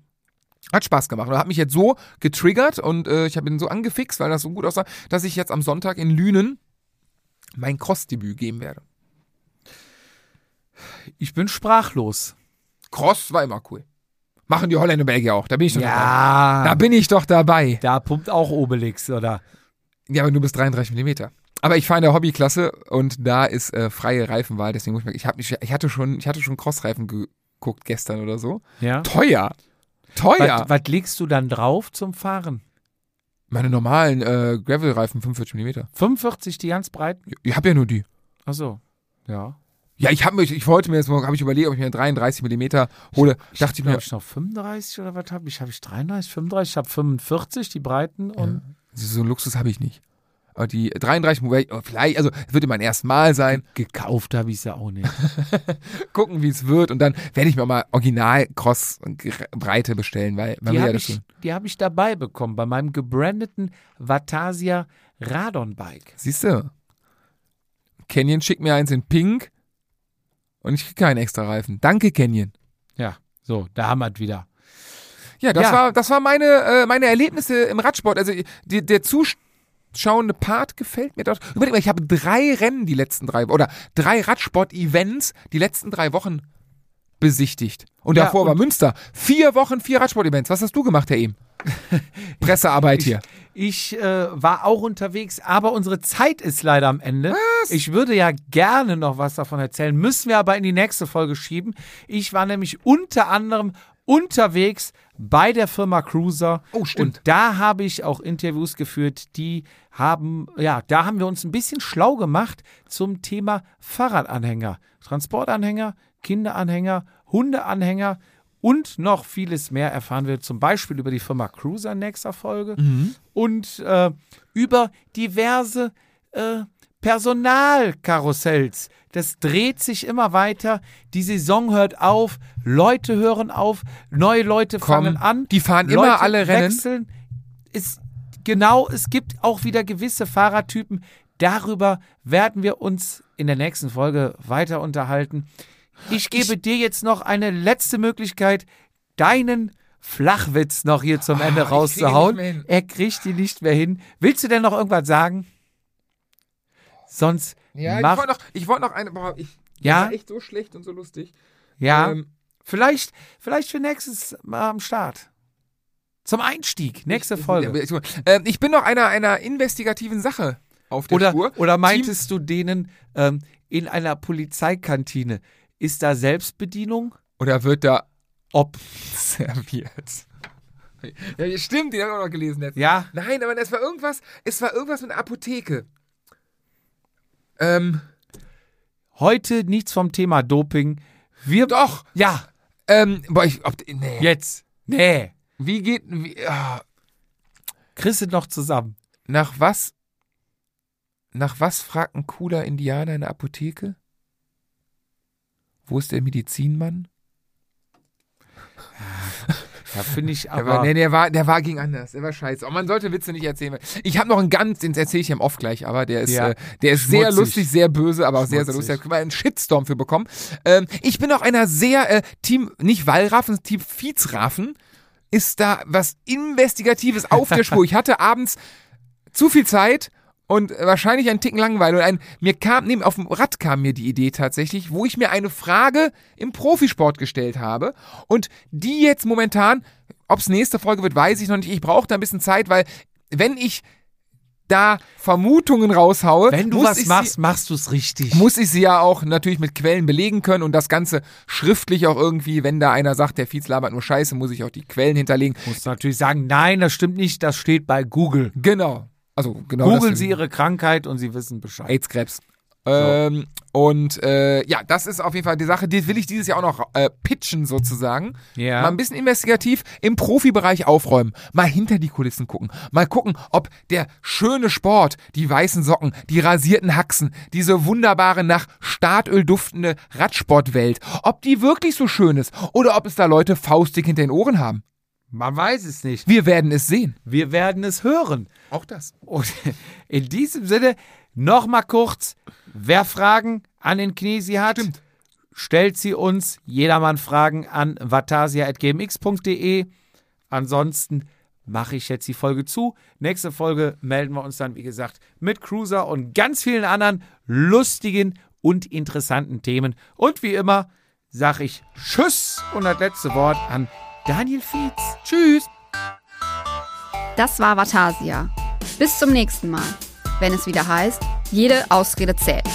hat Spaß gemacht und hat mich jetzt so getriggert und äh, ich habe ihn so angefixt, weil das so gut aussah, dass ich jetzt am Sonntag in Lünen mein Cross-Debüt geben werde.
Ich bin sprachlos.
Cross war immer cool. Machen die Holländer und Belgier auch. Da bin ich doch dabei. Da
Ja.
bin ich doch dabei.
Da pumpt auch Obelix, oder?
Ja, aber du bist 33 mm. Aber ich fahre in der Hobbyklasse und da ist äh, freie Reifenwahl, deswegen muss ich mal, ich, hab nicht, ich hatte schon, ich hatte schon Crossreifen geguckt gestern oder so.
Ja.
Teuer. Teuer.
Was, was legst du dann drauf zum Fahren?
Meine normalen äh, Gravel-Reifen 45 mm.
45, die ganz breiten?
Ich habe ja nur die.
Achso. Ja.
Ja, ich habe mich, ich wollte mir jetzt mal, habe ich überlegt, ob ich mir 33 mm hole. Dachte ich
Glaub
mir,
ich noch 35 oder was habe ich? Habe ich 33, 35? Ich habe 45, die breiten und
so einen Luxus habe ich nicht. Aber die 33, wobei- oh, vielleicht, also es wird ja mein erstes Mal sein.
gekauft habe ich es ja auch nicht.
Gucken, wie es wird und dann werde ich mir auch mal Original-Cross-Breite bestellen, weil man
Die
will ja
habe
das
ich,
schon.
die hab ich dabei bekommen bei meinem gebrandeten Vatasia Radon-Bike.
Siehst du? Canyon schickt mir eins in Pink und ich krieg keinen extra Reifen. Danke, Canyon.
Ja, so, da haben wir es wieder.
Ja, das
Ja.
war das war meine äh, meine Erlebnisse im Radsport. Also die, der zuschauende Part gefällt mir dort. Überleg mal, ich habe drei Rennen die letzten drei oder drei Radsport-Events die letzten drei Wochen besichtigt. Und
Ja,
davor war
und-
Münster. Vier Wochen, vier Radsport-Events. Was hast du gemacht, Herr Ehm? Pressearbeit hier.
Ich äh, war auch unterwegs, aber unsere Zeit ist leider am Ende. Ich würde ja gerne noch was davon erzählen, müssen wir aber in die nächste Folge schieben. Ich war nämlich unter anderem unterwegs bei der Firma Cruiser.
Oh, stimmt.
Und da habe ich auch Interviews geführt, die haben, ja, da haben wir uns ein bisschen schlau gemacht zum Thema Fahrradanhänger, Transportanhänger, Kinderanhänger, Hundeanhänger und noch vieles mehr erfahren wir zum Beispiel über die Firma Cruiser in nächster Folge
Mhm.
und äh, über diverse äh, Personalkarussells. Das dreht sich immer weiter. Die Saison hört auf, Leute hören auf, neue Leute fangen an.
die fahren
Leute
immer alle Rennen.
Wechseln. Es, genau, es gibt auch wieder gewisse Fahrertypen. Darüber werden wir uns in der nächsten Folge weiter unterhalten. Ich gebe dir jetzt noch eine letzte Möglichkeit, deinen Flachwitz noch hier zum Ende
Ah, ich
rauszuhauen.
krieg ihn nicht
Er kriegt die nicht mehr hin. Willst du denn noch irgendwas sagen? Sonst
Ja, ich
mach,
wollte noch, ich wollte noch eine. Boah, ich,
Ja?
Das war echt so schlecht und so lustig.
ja,
Ähm,
vielleicht, vielleicht für nächstes Mal am Start. Zum Einstieg, nächste Folge.
Ich, ähm, ich bin noch einer einer investigativen Sache auf der Spur.
Oder, oder
Team-
meintest du denen ähm, in einer Polizeikantine? Ist da Selbstbedienung?
Oder wird da
Ob.
serviert. Ja, stimmt, den habe ich auch noch gelesen. Jetzt.
Ja,
Nein, aber es war irgendwas, es war irgendwas mit einer Apotheke. Ähm,
heute nichts vom Thema Doping. Wir.
doch.
Ja,
Ähm, boah, ich, ob, nee.
jetzt. Nee.
Wie geht, wie, ah,
Kriegst du noch zusammen.
nach was, nach was fragt ein cooler Indianer in der Apotheke? Wo ist der Medizinmann?
Da finde ich
Der war,
aber.
nee, der war, der war ging anders. Der war scheiße. Oh, man sollte Witze nicht erzählen. Ich habe noch einen ganz, den erzähle ich ihm oft gleich, aber der ist,
Ja.
äh, der ist sehr
Schmutzig.
lustig, sehr böse, aber auch sehr, sehr
Schmutzig.
lustig. Da können wir einen Shitstorm für bekommen. Ähm, ich bin auch einer sehr äh, Team, nicht Wallraffen, Team Viehsraffen. Ist da was Investigatives auf der Spur. Ich hatte abends zu viel Zeit und wahrscheinlich einen Ticken Langeweile. Und ein, mir kam, nee, auf dem Rad kam mir die Idee tatsächlich, wo ich mir eine Frage im Profisport gestellt habe und die jetzt momentan, ob es nächste Folge wird, weiß ich noch nicht. Ich brauche da ein bisschen Zeit, weil wenn ich da Vermutungen raushaue,
Wenn du
muss
was
ich
machst, machst du es richtig.
sie, muss ich sie ja auch natürlich mit Quellen belegen können und das Ganze schriftlich auch irgendwie, wenn da einer sagt, der Fietz labert nur Scheiße, muss ich auch die Quellen hinterlegen.
Muss natürlich sagen, nein, das stimmt nicht, das steht bei Google.
Genau. Also genau das
Googeln Sie Ihre Krankheit und Sie wissen Bescheid.
AIDS-Krebs. Ähm, und äh, ja, das ist auf jeden Fall die Sache, die will ich dieses Jahr auch noch äh, pitchen sozusagen.
Ja.
Mal ein bisschen investigativ im Profibereich aufräumen, mal hinter die Kulissen gucken, mal gucken, ob der schöne Sport, die weißen Socken, die rasierten Haxen, diese wunderbare nach Startöl duftende Radsportwelt, ob die wirklich so schön ist oder ob es da Leute faustig hinter den Ohren haben.
Man weiß es nicht.
Wir werden es sehen.
Wir werden es hören.
Auch das.
Und in diesem Sinne nochmal kurz, wer Fragen an den Knesi hat, stellt sie uns. Jedermann Fragen an vatasia.gmx.de. Ansonsten mache ich jetzt die Folge zu. Nächste Folge melden wir uns dann, wie gesagt, mit Cruiser und ganz vielen anderen lustigen und interessanten Themen. Und wie immer sage ich Tschüss und das letzte Wort an Daniel Fietz.
Tschüss.
Das war Vatasia. Bis zum nächsten Mal, wenn es wieder heißt, jede Ausrede zählt.